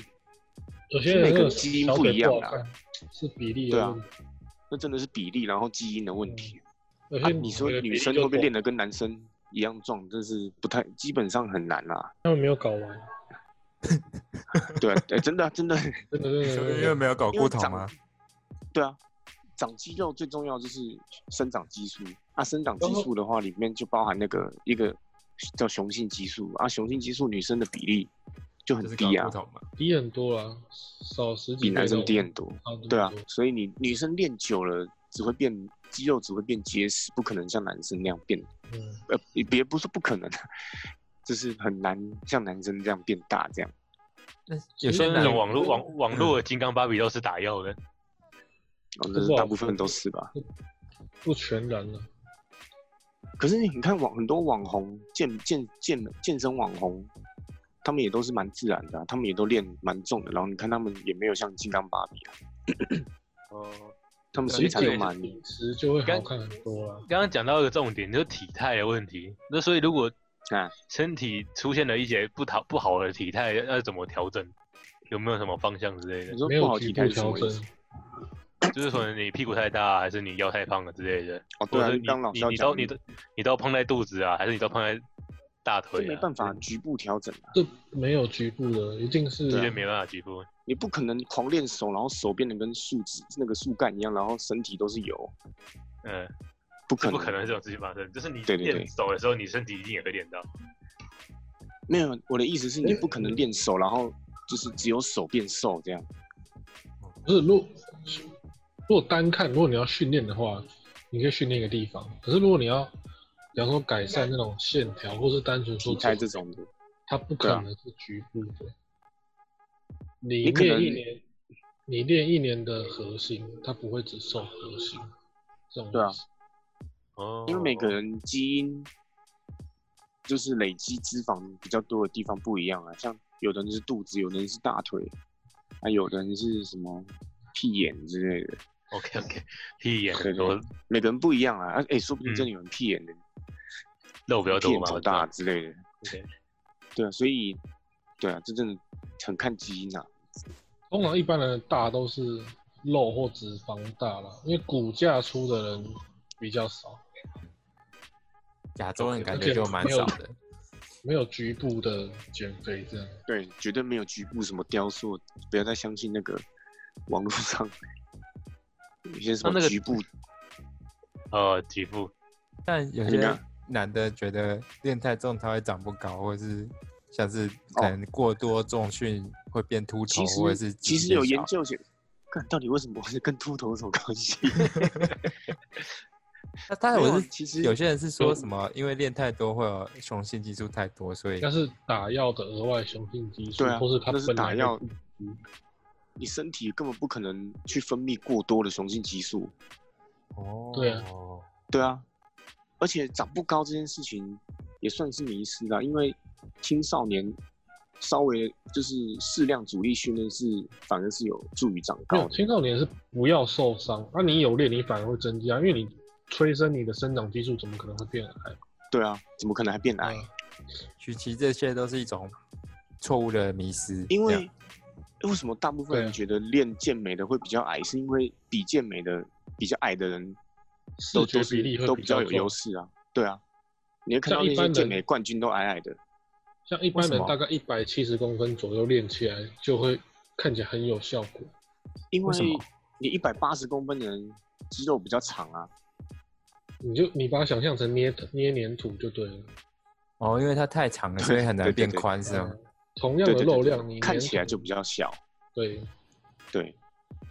[SPEAKER 4] 有些人
[SPEAKER 1] 每个
[SPEAKER 4] 那个
[SPEAKER 1] 基因
[SPEAKER 4] 小
[SPEAKER 1] 不
[SPEAKER 4] 腿
[SPEAKER 1] 一样
[SPEAKER 4] 好
[SPEAKER 1] 啦
[SPEAKER 4] 看，是比例
[SPEAKER 1] 对
[SPEAKER 4] 的
[SPEAKER 1] 啊
[SPEAKER 4] 问题。
[SPEAKER 1] 那真的是比例，然后基因的问题。
[SPEAKER 4] 有
[SPEAKER 1] 啊，
[SPEAKER 4] 些
[SPEAKER 1] 你说
[SPEAKER 4] 有的比
[SPEAKER 1] 女
[SPEAKER 4] 例
[SPEAKER 1] 生
[SPEAKER 4] 就
[SPEAKER 1] 会不会
[SPEAKER 4] 够
[SPEAKER 1] 练得跟男生一样壮？真是不太，基本上很难啦、
[SPEAKER 4] 他们没有搞完，
[SPEAKER 1] 对啊，哎真的啊、真的，
[SPEAKER 4] 真的真的
[SPEAKER 2] 你说
[SPEAKER 4] 真的
[SPEAKER 2] 因为没有搞
[SPEAKER 1] 因为
[SPEAKER 2] 固酮
[SPEAKER 1] 长
[SPEAKER 2] 吗？？
[SPEAKER 1] 对啊，长肌肉最重要就是生长激素。啊，生长激
[SPEAKER 4] 然后
[SPEAKER 1] 素的话，里面就包含那个一个叫雄性激素啊，雄性激素女生的比例就很
[SPEAKER 2] 就是搞
[SPEAKER 1] 低啊
[SPEAKER 2] 固，酮嘛。
[SPEAKER 4] 低很多啦，少十几
[SPEAKER 1] 比
[SPEAKER 4] 倍
[SPEAKER 1] 男生
[SPEAKER 4] 都
[SPEAKER 1] 低很多。
[SPEAKER 4] 差不多
[SPEAKER 1] 对啊，所以你女生练久了，只会变肌肉，只会变结实，不可能像男生那样变
[SPEAKER 4] 嗯，
[SPEAKER 1] 呃，也别不是不可能，啊 (laughs) 就是很难像男生这样变大这样。
[SPEAKER 2] 那有
[SPEAKER 4] 所
[SPEAKER 2] 些
[SPEAKER 4] 以
[SPEAKER 3] 那种
[SPEAKER 4] 那
[SPEAKER 2] 人
[SPEAKER 4] 种
[SPEAKER 3] 网络
[SPEAKER 1] 嗯
[SPEAKER 3] 网网络的金刚芭比都是打药的，
[SPEAKER 1] 哦，那
[SPEAKER 4] 不啊
[SPEAKER 1] 是
[SPEAKER 4] 过
[SPEAKER 1] 大部分都是吧。
[SPEAKER 4] 不全然了。
[SPEAKER 1] 可是你看网很多网红健健健健身网红，他们也都是蛮自然的啊、他们也都练蛮重的，然后你看他们也没有像金刚芭比啊，
[SPEAKER 3] 哦，
[SPEAKER 1] 他们身
[SPEAKER 3] 对
[SPEAKER 1] 材
[SPEAKER 3] 这
[SPEAKER 1] 都
[SPEAKER 3] 个
[SPEAKER 1] 蛮
[SPEAKER 4] 饮食就会好
[SPEAKER 3] 干
[SPEAKER 4] 看很多啊啦。
[SPEAKER 3] 刚刚讲到一个重点，就是体态的问题。那所以如果
[SPEAKER 1] 啊，
[SPEAKER 3] 身体出现了一些不讨不好的体态，要要怎么调整？有没有什么方向之类
[SPEAKER 1] 你
[SPEAKER 3] 的？
[SPEAKER 1] 说
[SPEAKER 4] 没
[SPEAKER 1] 不好
[SPEAKER 4] 有
[SPEAKER 1] 体
[SPEAKER 4] 局
[SPEAKER 1] 态
[SPEAKER 4] 部
[SPEAKER 1] 是什
[SPEAKER 4] 调
[SPEAKER 1] 么
[SPEAKER 4] 整
[SPEAKER 1] 意思？，
[SPEAKER 3] 就是可能你屁股太大，啊还是你腰太胖了之类的？
[SPEAKER 1] 哦，对
[SPEAKER 3] 或
[SPEAKER 1] 啊
[SPEAKER 3] 者是，你
[SPEAKER 1] 刚老师
[SPEAKER 3] 你
[SPEAKER 1] 要
[SPEAKER 3] 你
[SPEAKER 1] 讲
[SPEAKER 3] 都
[SPEAKER 1] 的，
[SPEAKER 3] 你都你都碰在肚子啊，还是你都碰在大
[SPEAKER 1] 这
[SPEAKER 3] 腿、啊？
[SPEAKER 1] 没办法，局部调整啊，
[SPEAKER 4] 这没有局部的，一定是
[SPEAKER 3] 这
[SPEAKER 2] 啊
[SPEAKER 3] 些没办法肌肤。
[SPEAKER 1] 你不可能狂练手，然后手变得跟树枝那个树干一样，然后身体都是油，
[SPEAKER 3] 嗯，
[SPEAKER 1] 不可
[SPEAKER 3] 这
[SPEAKER 1] 能，啊
[SPEAKER 3] 不可能这种事情发生。就是你
[SPEAKER 1] 对对对
[SPEAKER 3] 练手的时候，你身体一定也会练到。
[SPEAKER 1] 没有，我的意思是你不可
[SPEAKER 3] 嗯
[SPEAKER 1] 能练手，然后就是只有手变瘦这样。
[SPEAKER 4] 不是，如果如果单看，如果你要训练的话，你可以训练一个地方。可是如果你要，比方说改善那种线条，或是单纯说
[SPEAKER 1] 体态这，种的，
[SPEAKER 4] 它不可能是局部的。你
[SPEAKER 1] 啊你可
[SPEAKER 4] 练
[SPEAKER 1] 能
[SPEAKER 4] 一年，你练一年的核心，它不会只瘦核心。这种
[SPEAKER 1] 对啊
[SPEAKER 4] 意思
[SPEAKER 3] 哦，
[SPEAKER 1] 因为每个人基因就是累积脂肪比较多的地方不一样啊，像有的人是肚子，有的人是大腿，啊，有的人是什么屁眼之类的，
[SPEAKER 3] OK OK，屁眼
[SPEAKER 1] 对
[SPEAKER 3] 很
[SPEAKER 1] 对
[SPEAKER 3] 多
[SPEAKER 1] 每个人不一样啊。啊，哎、说不定
[SPEAKER 3] 嗯
[SPEAKER 1] 真的有人屁眼的，
[SPEAKER 3] 肉比较
[SPEAKER 1] 屁
[SPEAKER 3] 多
[SPEAKER 1] 眼
[SPEAKER 3] 嘛，
[SPEAKER 1] 肿
[SPEAKER 3] 我知道
[SPEAKER 1] 大。之类的。
[SPEAKER 3] OK
[SPEAKER 1] 对啊，所以对啊，这真的很看基因啊。
[SPEAKER 4] 通常一般人的大都是肉或脂肪大啦，因为骨架粗的人比较少，
[SPEAKER 2] 亚洲人感
[SPEAKER 4] 而
[SPEAKER 2] 觉
[SPEAKER 4] 且
[SPEAKER 2] 就蛮
[SPEAKER 4] 没有
[SPEAKER 2] 少的。
[SPEAKER 4] 没有局部的减肥这样。
[SPEAKER 1] 对，绝对没有局部什么雕塑，不要再相信那个 (laughs) 网络上有些什
[SPEAKER 3] 那那
[SPEAKER 1] 么
[SPEAKER 3] 个
[SPEAKER 1] 局部
[SPEAKER 3] 呃，肌肤
[SPEAKER 2] 但有
[SPEAKER 1] 你
[SPEAKER 2] 些
[SPEAKER 1] 看
[SPEAKER 2] 男的觉得练太重他会长不高，或者是像是可能过多重训会变秃头
[SPEAKER 1] 哦其，实
[SPEAKER 2] 或哦者是
[SPEAKER 1] 其
[SPEAKER 2] 肌
[SPEAKER 1] 实
[SPEAKER 2] 变
[SPEAKER 1] 有研
[SPEAKER 2] 小，
[SPEAKER 1] 究显，看到底为什么是跟秃头有什么关系？
[SPEAKER 2] (laughs) 那但
[SPEAKER 1] 没有
[SPEAKER 2] 我
[SPEAKER 1] 啊 (laughs)
[SPEAKER 2] 是
[SPEAKER 1] 其实
[SPEAKER 2] 有些人是说什么，因为练太多会有雄性激素太多，所以
[SPEAKER 4] 但是打药的额外雄性激素，
[SPEAKER 1] 对啊
[SPEAKER 4] 或是他
[SPEAKER 1] 那是
[SPEAKER 4] 本来
[SPEAKER 1] 打药
[SPEAKER 4] 就不
[SPEAKER 1] 你身体根本不可能去分泌过多的雄性激素，
[SPEAKER 2] 哦
[SPEAKER 4] 对啊
[SPEAKER 1] 对啊，而且长不高这件事情也算是迷失啦，因为青少年稍微就是适量阻力训练是反而是有助于长
[SPEAKER 4] 没
[SPEAKER 1] 高
[SPEAKER 4] 有
[SPEAKER 1] 的，
[SPEAKER 4] 青少年是不要受伤，那、你有练你反而会增加，因为你催生你的生长激素怎么可能会变矮？
[SPEAKER 1] 对啊，怎么可能还变
[SPEAKER 4] 嗯
[SPEAKER 1] 矮？
[SPEAKER 2] 许其这些都是一种错误的迷思，
[SPEAKER 1] 因
[SPEAKER 2] 这
[SPEAKER 1] 为
[SPEAKER 2] 样
[SPEAKER 1] 为什么大部分
[SPEAKER 4] 对啊
[SPEAKER 1] 人觉得练健美的会比较矮，是因为比健美的比较矮的人
[SPEAKER 4] 视
[SPEAKER 1] 都
[SPEAKER 4] 觉
[SPEAKER 1] 都
[SPEAKER 4] 比例
[SPEAKER 1] 是
[SPEAKER 4] 会
[SPEAKER 1] 都
[SPEAKER 4] 比
[SPEAKER 1] 比较有
[SPEAKER 4] 壮
[SPEAKER 1] 优。势啊，对啊，你会看到
[SPEAKER 4] 像一
[SPEAKER 1] 那些
[SPEAKER 4] 般
[SPEAKER 1] 健
[SPEAKER 4] 人
[SPEAKER 1] 美冠军都矮矮的，
[SPEAKER 4] 像一般
[SPEAKER 2] 为
[SPEAKER 4] 人
[SPEAKER 2] 什么
[SPEAKER 4] 大概一百七十公分左右练起来，就会看起来很有效果。
[SPEAKER 1] 因
[SPEAKER 2] 为什么
[SPEAKER 1] 为你一百八十公分的人肌肉比较长啊，
[SPEAKER 4] 你就你把它想象成捏捏黏土就对了。
[SPEAKER 2] 哦，因为它太长了，所以很难
[SPEAKER 1] 对对
[SPEAKER 2] 变
[SPEAKER 1] 对
[SPEAKER 2] 宽，是吗？
[SPEAKER 4] 同样
[SPEAKER 1] 对
[SPEAKER 4] 的
[SPEAKER 1] 对
[SPEAKER 4] 肉
[SPEAKER 1] 对
[SPEAKER 4] 量，你
[SPEAKER 1] 对，看
[SPEAKER 4] 黏
[SPEAKER 1] 起来
[SPEAKER 4] 土
[SPEAKER 1] 就比较小，
[SPEAKER 4] 对
[SPEAKER 1] 对，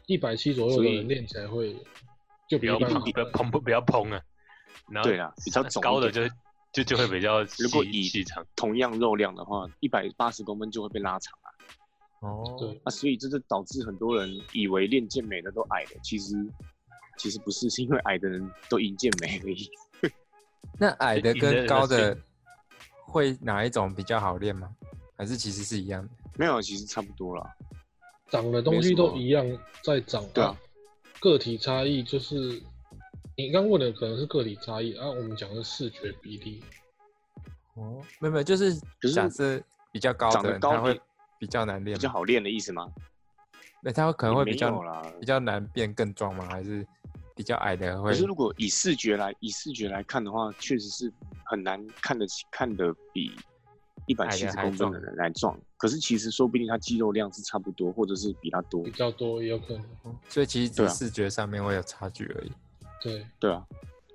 [SPEAKER 4] 一百七左右
[SPEAKER 1] 所
[SPEAKER 4] 的
[SPEAKER 1] 以
[SPEAKER 4] 人练起来会就
[SPEAKER 3] 不
[SPEAKER 4] 比一
[SPEAKER 3] 要
[SPEAKER 4] 般
[SPEAKER 3] 碰，
[SPEAKER 4] 人
[SPEAKER 3] 不要碰，不要碰啊。然后
[SPEAKER 1] 对啊啦，比较肿一
[SPEAKER 3] 高的
[SPEAKER 1] 点啊
[SPEAKER 3] 就就就会比较细
[SPEAKER 1] 如果以
[SPEAKER 3] 细长。
[SPEAKER 1] 同样肉量的话，一百八十公分就会被拉长啊。
[SPEAKER 2] 哦
[SPEAKER 4] 对，
[SPEAKER 1] 啊，所以这就导致很多人以为练健美的都矮了，其实其实不是，是因为矮的人都赢健美而已。
[SPEAKER 2] 那矮的
[SPEAKER 3] 就赢
[SPEAKER 2] 跟
[SPEAKER 3] 得
[SPEAKER 2] 高
[SPEAKER 3] 人
[SPEAKER 2] 的会哪一种比较好练吗？还是其实是一样的？
[SPEAKER 1] 没有，其实差不多啦。
[SPEAKER 4] 长的东西都一样在长，
[SPEAKER 1] 对啊，
[SPEAKER 4] 个体差异就是你刚问的可能是个体差异啊，我们讲的是视觉比例，
[SPEAKER 2] 哦，没有没有，就是
[SPEAKER 1] 可是
[SPEAKER 2] 假设比较高
[SPEAKER 1] 长
[SPEAKER 2] 的
[SPEAKER 1] 得
[SPEAKER 2] 人，
[SPEAKER 1] 高
[SPEAKER 2] 他会
[SPEAKER 1] 比
[SPEAKER 2] 比较难练
[SPEAKER 1] 比较
[SPEAKER 2] 吗，
[SPEAKER 1] 好练的意思吗？
[SPEAKER 2] 对，他会可能
[SPEAKER 1] 也
[SPEAKER 2] 会
[SPEAKER 1] 没
[SPEAKER 2] 比较
[SPEAKER 1] 有啦
[SPEAKER 2] 比较难变更壮吗？还是比较矮的
[SPEAKER 1] 可
[SPEAKER 2] 会
[SPEAKER 1] 是如果以视觉来以视觉来看的话，确实是很难看得起看得比一百七
[SPEAKER 2] 矮
[SPEAKER 1] 十
[SPEAKER 2] 的还
[SPEAKER 1] 公分的
[SPEAKER 2] 壮
[SPEAKER 1] 人来壮。可是其实说不定他肌肉量是差不多，或者是比他多
[SPEAKER 4] 比。较多也有可能
[SPEAKER 2] 哦，所以其实
[SPEAKER 1] 对
[SPEAKER 2] 只
[SPEAKER 1] 啊
[SPEAKER 2] 是视觉上面会有差距而已。
[SPEAKER 4] 对。
[SPEAKER 1] 对啊，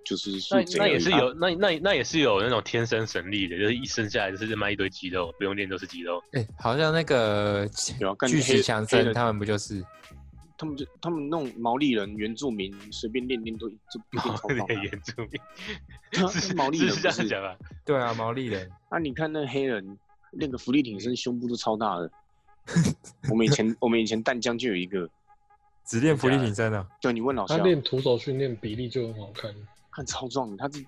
[SPEAKER 1] 就是数
[SPEAKER 3] 那
[SPEAKER 1] 值
[SPEAKER 3] 那
[SPEAKER 1] 而
[SPEAKER 3] 也
[SPEAKER 1] 已
[SPEAKER 3] 是
[SPEAKER 1] 啊
[SPEAKER 3] 有，那那那也是有那种天生神力的，就是一生下来就是卖一堆肌肉，不用练都是肌肉。
[SPEAKER 2] 哎、好像那个
[SPEAKER 1] 有啊干
[SPEAKER 2] 巨石
[SPEAKER 1] 黑
[SPEAKER 2] 强
[SPEAKER 1] 黑
[SPEAKER 2] 森
[SPEAKER 1] 的
[SPEAKER 2] 他们不就是？
[SPEAKER 1] 他们就他们那种毛利人、原住民随便练练都就一定
[SPEAKER 2] 哦
[SPEAKER 1] 超
[SPEAKER 3] (laughs)
[SPEAKER 1] 壮的啊。
[SPEAKER 3] 原住民
[SPEAKER 1] 对啊
[SPEAKER 3] 是
[SPEAKER 1] (laughs) 那 (laughs) 毛利人
[SPEAKER 3] 是这
[SPEAKER 1] 不
[SPEAKER 3] 样
[SPEAKER 1] 是
[SPEAKER 3] 讲啊？
[SPEAKER 2] 对啊，毛利人。
[SPEAKER 1] 啊，你看那黑人练个浮力挺身，胸部都超大
[SPEAKER 2] (laughs)
[SPEAKER 1] 的。我们以前我们以前淡江就有一个，
[SPEAKER 2] 只练浮力
[SPEAKER 3] 假的
[SPEAKER 2] 挺身啊，
[SPEAKER 1] 对，你问老
[SPEAKER 4] 他
[SPEAKER 1] 肖，
[SPEAKER 4] 练徒手训练比例就很好看，
[SPEAKER 1] 看超壮的，他就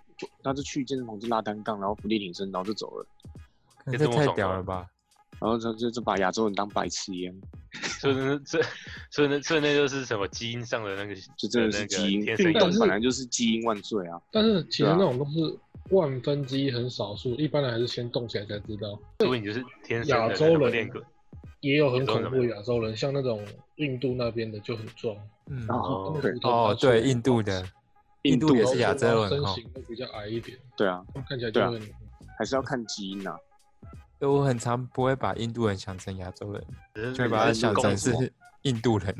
[SPEAKER 1] 他就去健身房就拉单杠，然后浮力挺身，然后就走了，
[SPEAKER 2] 看
[SPEAKER 3] 这
[SPEAKER 2] 这
[SPEAKER 3] 么
[SPEAKER 2] 太
[SPEAKER 3] 爽
[SPEAKER 2] 屌
[SPEAKER 3] 吗
[SPEAKER 2] 了吧！
[SPEAKER 1] 然后就就就把亚洲人当白痴一样，
[SPEAKER 3] 所以那这所以那所以那就是什么基因上的那个，
[SPEAKER 1] 就真的是基因。
[SPEAKER 3] 天生
[SPEAKER 1] 运动
[SPEAKER 3] 有
[SPEAKER 1] 本来就是基因万岁啊！
[SPEAKER 4] 但是其实
[SPEAKER 1] 对啊
[SPEAKER 4] 那种都是万分之一，很少数，一般人还是先动起来才知道。
[SPEAKER 3] 所以你就是天生
[SPEAKER 4] 亚
[SPEAKER 3] 的
[SPEAKER 4] 洲
[SPEAKER 3] 然后
[SPEAKER 4] 人
[SPEAKER 3] 练过。
[SPEAKER 4] 也有很恐
[SPEAKER 3] 亚洲
[SPEAKER 4] 怖
[SPEAKER 3] 人
[SPEAKER 4] 的亚洲人，像那种印度那边的就很壮，
[SPEAKER 2] 嗯，
[SPEAKER 1] 然后
[SPEAKER 4] 他们
[SPEAKER 1] 对
[SPEAKER 4] 骨头
[SPEAKER 2] 哦
[SPEAKER 4] 拔，出来
[SPEAKER 2] 对，印度的，
[SPEAKER 1] 印
[SPEAKER 2] 度
[SPEAKER 1] 度
[SPEAKER 2] 也是亚洲人
[SPEAKER 4] 身
[SPEAKER 2] 哦
[SPEAKER 4] 形会比较矮一点，
[SPEAKER 1] 对啊，
[SPEAKER 4] 他们看起来就会很
[SPEAKER 1] 还是要看基因啊。
[SPEAKER 2] 对我很常不会把印度人想成亚洲人，
[SPEAKER 3] 只是
[SPEAKER 2] 就会
[SPEAKER 3] 你
[SPEAKER 2] 把他
[SPEAKER 3] 是
[SPEAKER 2] 想
[SPEAKER 3] 公
[SPEAKER 2] 成
[SPEAKER 3] 主
[SPEAKER 2] 是印度人。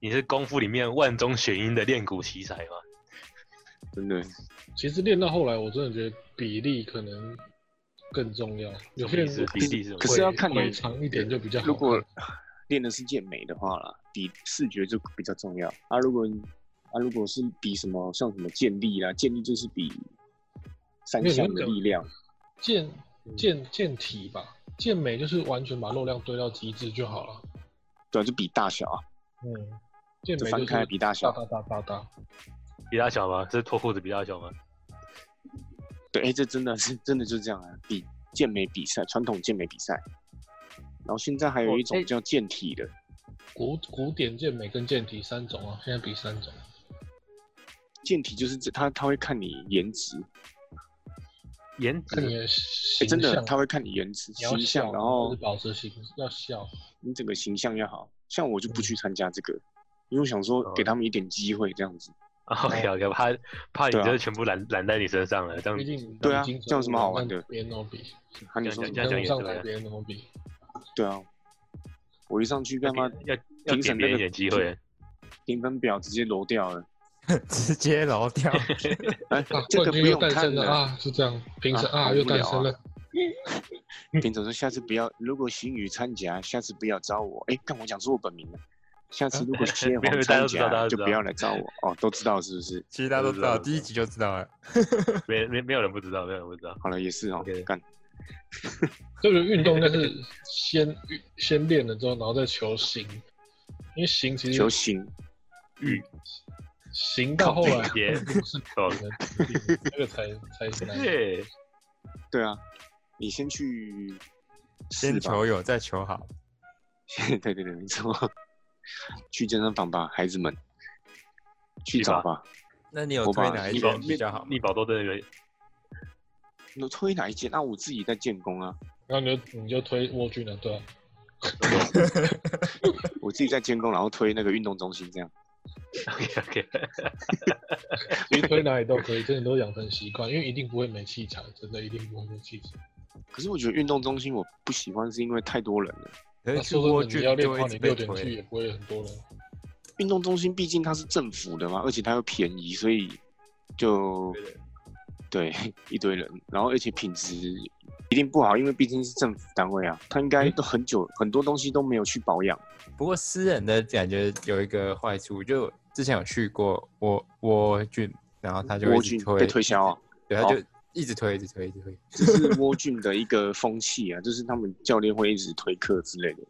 [SPEAKER 3] 你是功夫里面万中选一的练骨奇才吗？
[SPEAKER 1] 真的，
[SPEAKER 4] 其实练到后来，我真的觉得比例可能更重要。有
[SPEAKER 3] 什么意
[SPEAKER 4] 些
[SPEAKER 3] 思
[SPEAKER 4] 人
[SPEAKER 3] 比例是什么
[SPEAKER 1] 可是要看你
[SPEAKER 4] 腿长一点就比较好看。
[SPEAKER 1] 如果
[SPEAKER 3] 啊
[SPEAKER 1] (laughs) 练的是健美的话啦，比视觉就比较重要啊。如果啊，如果是比什么像什么健力啦，健力就是比三项的力量，
[SPEAKER 4] 健
[SPEAKER 1] 嗯
[SPEAKER 4] 健健体吧，健美就是完全把肉量堆到极致就好了。
[SPEAKER 1] 对啊，就比大小啊，
[SPEAKER 4] 嗯，健
[SPEAKER 1] 就
[SPEAKER 4] 美
[SPEAKER 1] 翻
[SPEAKER 4] 就
[SPEAKER 1] 开
[SPEAKER 4] 是
[SPEAKER 1] 比大
[SPEAKER 4] 大
[SPEAKER 1] 小。啊
[SPEAKER 4] 大大大大，
[SPEAKER 3] 比他小吗？是脱裤子比他小吗？
[SPEAKER 1] 对，哎、这真的是真的就这样啊，比健美比赛，传统健美比赛。然后现在还有一
[SPEAKER 3] 哦
[SPEAKER 1] 种
[SPEAKER 3] 哎
[SPEAKER 1] 叫健体的，
[SPEAKER 4] 古古典健美跟健体三种啊，现在比三种。
[SPEAKER 1] 健体就是这他他会看你颜值，
[SPEAKER 3] 颜
[SPEAKER 4] 看你
[SPEAKER 3] 值
[SPEAKER 4] 的
[SPEAKER 1] 哎
[SPEAKER 4] 形
[SPEAKER 1] 真的
[SPEAKER 4] 象
[SPEAKER 1] 他会看你颜值、
[SPEAKER 4] 你要
[SPEAKER 1] 形
[SPEAKER 4] 笑，
[SPEAKER 1] 象，然后
[SPEAKER 4] 就是保持形要笑。
[SPEAKER 1] 你整个形象要好。像我就
[SPEAKER 4] 嗯
[SPEAKER 1] 不去参加这个，因为我想说
[SPEAKER 4] 哦
[SPEAKER 1] 给他们一点机会这样子。
[SPEAKER 3] ，OK OK，怕哦怕你
[SPEAKER 1] 哎对啊
[SPEAKER 3] 就是全部揽揽在你身上了，这样
[SPEAKER 4] 毕竟
[SPEAKER 1] 对啊
[SPEAKER 4] 已经
[SPEAKER 1] 这有什么好玩的
[SPEAKER 4] 跟别人都比，
[SPEAKER 1] 啊，你说什么
[SPEAKER 3] 这样讲
[SPEAKER 4] 跟
[SPEAKER 3] 也
[SPEAKER 4] 上
[SPEAKER 3] 对
[SPEAKER 4] 台
[SPEAKER 3] 啊
[SPEAKER 4] 别人都比。
[SPEAKER 1] 对啊，我一上去被
[SPEAKER 3] 要
[SPEAKER 1] 他妈
[SPEAKER 3] 要要
[SPEAKER 1] 评
[SPEAKER 3] 给
[SPEAKER 1] 审
[SPEAKER 3] 别
[SPEAKER 1] 那
[SPEAKER 3] 人一
[SPEAKER 1] 个
[SPEAKER 3] 点机会。
[SPEAKER 1] 评分表直接揉掉了。
[SPEAKER 2] (laughs) 直接揉掉。
[SPEAKER 1] 哎、
[SPEAKER 4] (laughs) 啊，
[SPEAKER 1] 这个
[SPEAKER 4] 冠
[SPEAKER 1] 不
[SPEAKER 4] 军又
[SPEAKER 1] 用
[SPEAKER 4] 诞
[SPEAKER 1] 看
[SPEAKER 4] 生了啊，是这样，评审
[SPEAKER 1] 啊
[SPEAKER 4] 啊
[SPEAKER 1] 好
[SPEAKER 4] 又
[SPEAKER 1] 无聊
[SPEAKER 4] 诞生
[SPEAKER 1] 啊
[SPEAKER 4] 了，
[SPEAKER 3] (laughs)
[SPEAKER 1] 评审说下次不要，如果行宇参加，下次不要找我。哎、看我讲出我本名了。下次如果谢
[SPEAKER 3] (laughs) 没
[SPEAKER 1] 黄
[SPEAKER 3] 有大家都
[SPEAKER 1] 参
[SPEAKER 3] 知道大家
[SPEAKER 1] 加，
[SPEAKER 3] 都知
[SPEAKER 1] 就
[SPEAKER 3] 道
[SPEAKER 1] 不要来找我。哦，都知道是不是？
[SPEAKER 2] 其实大家都知
[SPEAKER 3] 我
[SPEAKER 2] 道，
[SPEAKER 3] 知道
[SPEAKER 2] 第一集就知道了。
[SPEAKER 3] 没没没有人不知道，没有人不知道。
[SPEAKER 1] 好了，也是哦
[SPEAKER 3] OK，
[SPEAKER 1] 干
[SPEAKER 4] 就是运动，但是先先练了之后，然后再求形，因为形其
[SPEAKER 1] 求
[SPEAKER 4] 实
[SPEAKER 1] 行，
[SPEAKER 4] 形到后来
[SPEAKER 3] 靠背
[SPEAKER 4] 根本不是
[SPEAKER 3] 哦
[SPEAKER 4] 你，的底力，这个才才
[SPEAKER 3] (laughs)
[SPEAKER 4] 是难。
[SPEAKER 3] 对，
[SPEAKER 1] 对啊，你先去试
[SPEAKER 2] 先
[SPEAKER 1] 吧。
[SPEAKER 2] 求有，再求好。
[SPEAKER 1] (laughs) 对对对，没错。去健身房吧，孩子们，去
[SPEAKER 3] 去
[SPEAKER 1] 找
[SPEAKER 3] 吧
[SPEAKER 1] 吧。
[SPEAKER 2] 那你有
[SPEAKER 1] 我
[SPEAKER 2] 推
[SPEAKER 1] 把
[SPEAKER 2] 哪一
[SPEAKER 1] 力
[SPEAKER 2] 种
[SPEAKER 1] 量
[SPEAKER 2] 比较好吗？
[SPEAKER 3] 力宝都真的有，
[SPEAKER 1] 你推哪一件？那、我自己在建工啊，
[SPEAKER 4] 然后你就你就推蜗居了，对啊，
[SPEAKER 1] 我自己在建工，然后推那个运动中心这样。
[SPEAKER 3] OK OK，
[SPEAKER 4] 其实推哪里都可以，真的都养成习惯，因为一定不会没器材，真的一定不会没器
[SPEAKER 1] 哎
[SPEAKER 4] 材。
[SPEAKER 1] 可是我觉得运动中心我不喜欢，是因为太多人了。
[SPEAKER 2] 可
[SPEAKER 4] 那
[SPEAKER 2] 是去
[SPEAKER 4] 说
[SPEAKER 2] 蜗
[SPEAKER 4] 真的，
[SPEAKER 2] 居
[SPEAKER 4] 你要练
[SPEAKER 2] 就会一
[SPEAKER 4] 跑，
[SPEAKER 2] 直
[SPEAKER 4] 你六
[SPEAKER 2] 被
[SPEAKER 4] 点去
[SPEAKER 2] 推。
[SPEAKER 4] 也不会很多人。
[SPEAKER 1] 运动中心毕竟它是政府的嘛，而且它又便宜，所以就
[SPEAKER 3] 对的
[SPEAKER 1] 对 (laughs) 一堆人，然后而且品质一定不好，因为毕竟是政府单位啊，它应该都很久、很多东西都没有去保养。
[SPEAKER 2] 不过私人的感觉有一个坏处，就之前有去过窝窝菌，然后他就一
[SPEAKER 1] 蜗
[SPEAKER 2] 直
[SPEAKER 1] 菌
[SPEAKER 2] 推
[SPEAKER 1] 被推销啊，
[SPEAKER 2] 对，他
[SPEAKER 1] 好
[SPEAKER 2] 就一直推，一直推，一直推。
[SPEAKER 1] 这是蜗菌的一个风气啊，就是他们教练会一直推课之类的，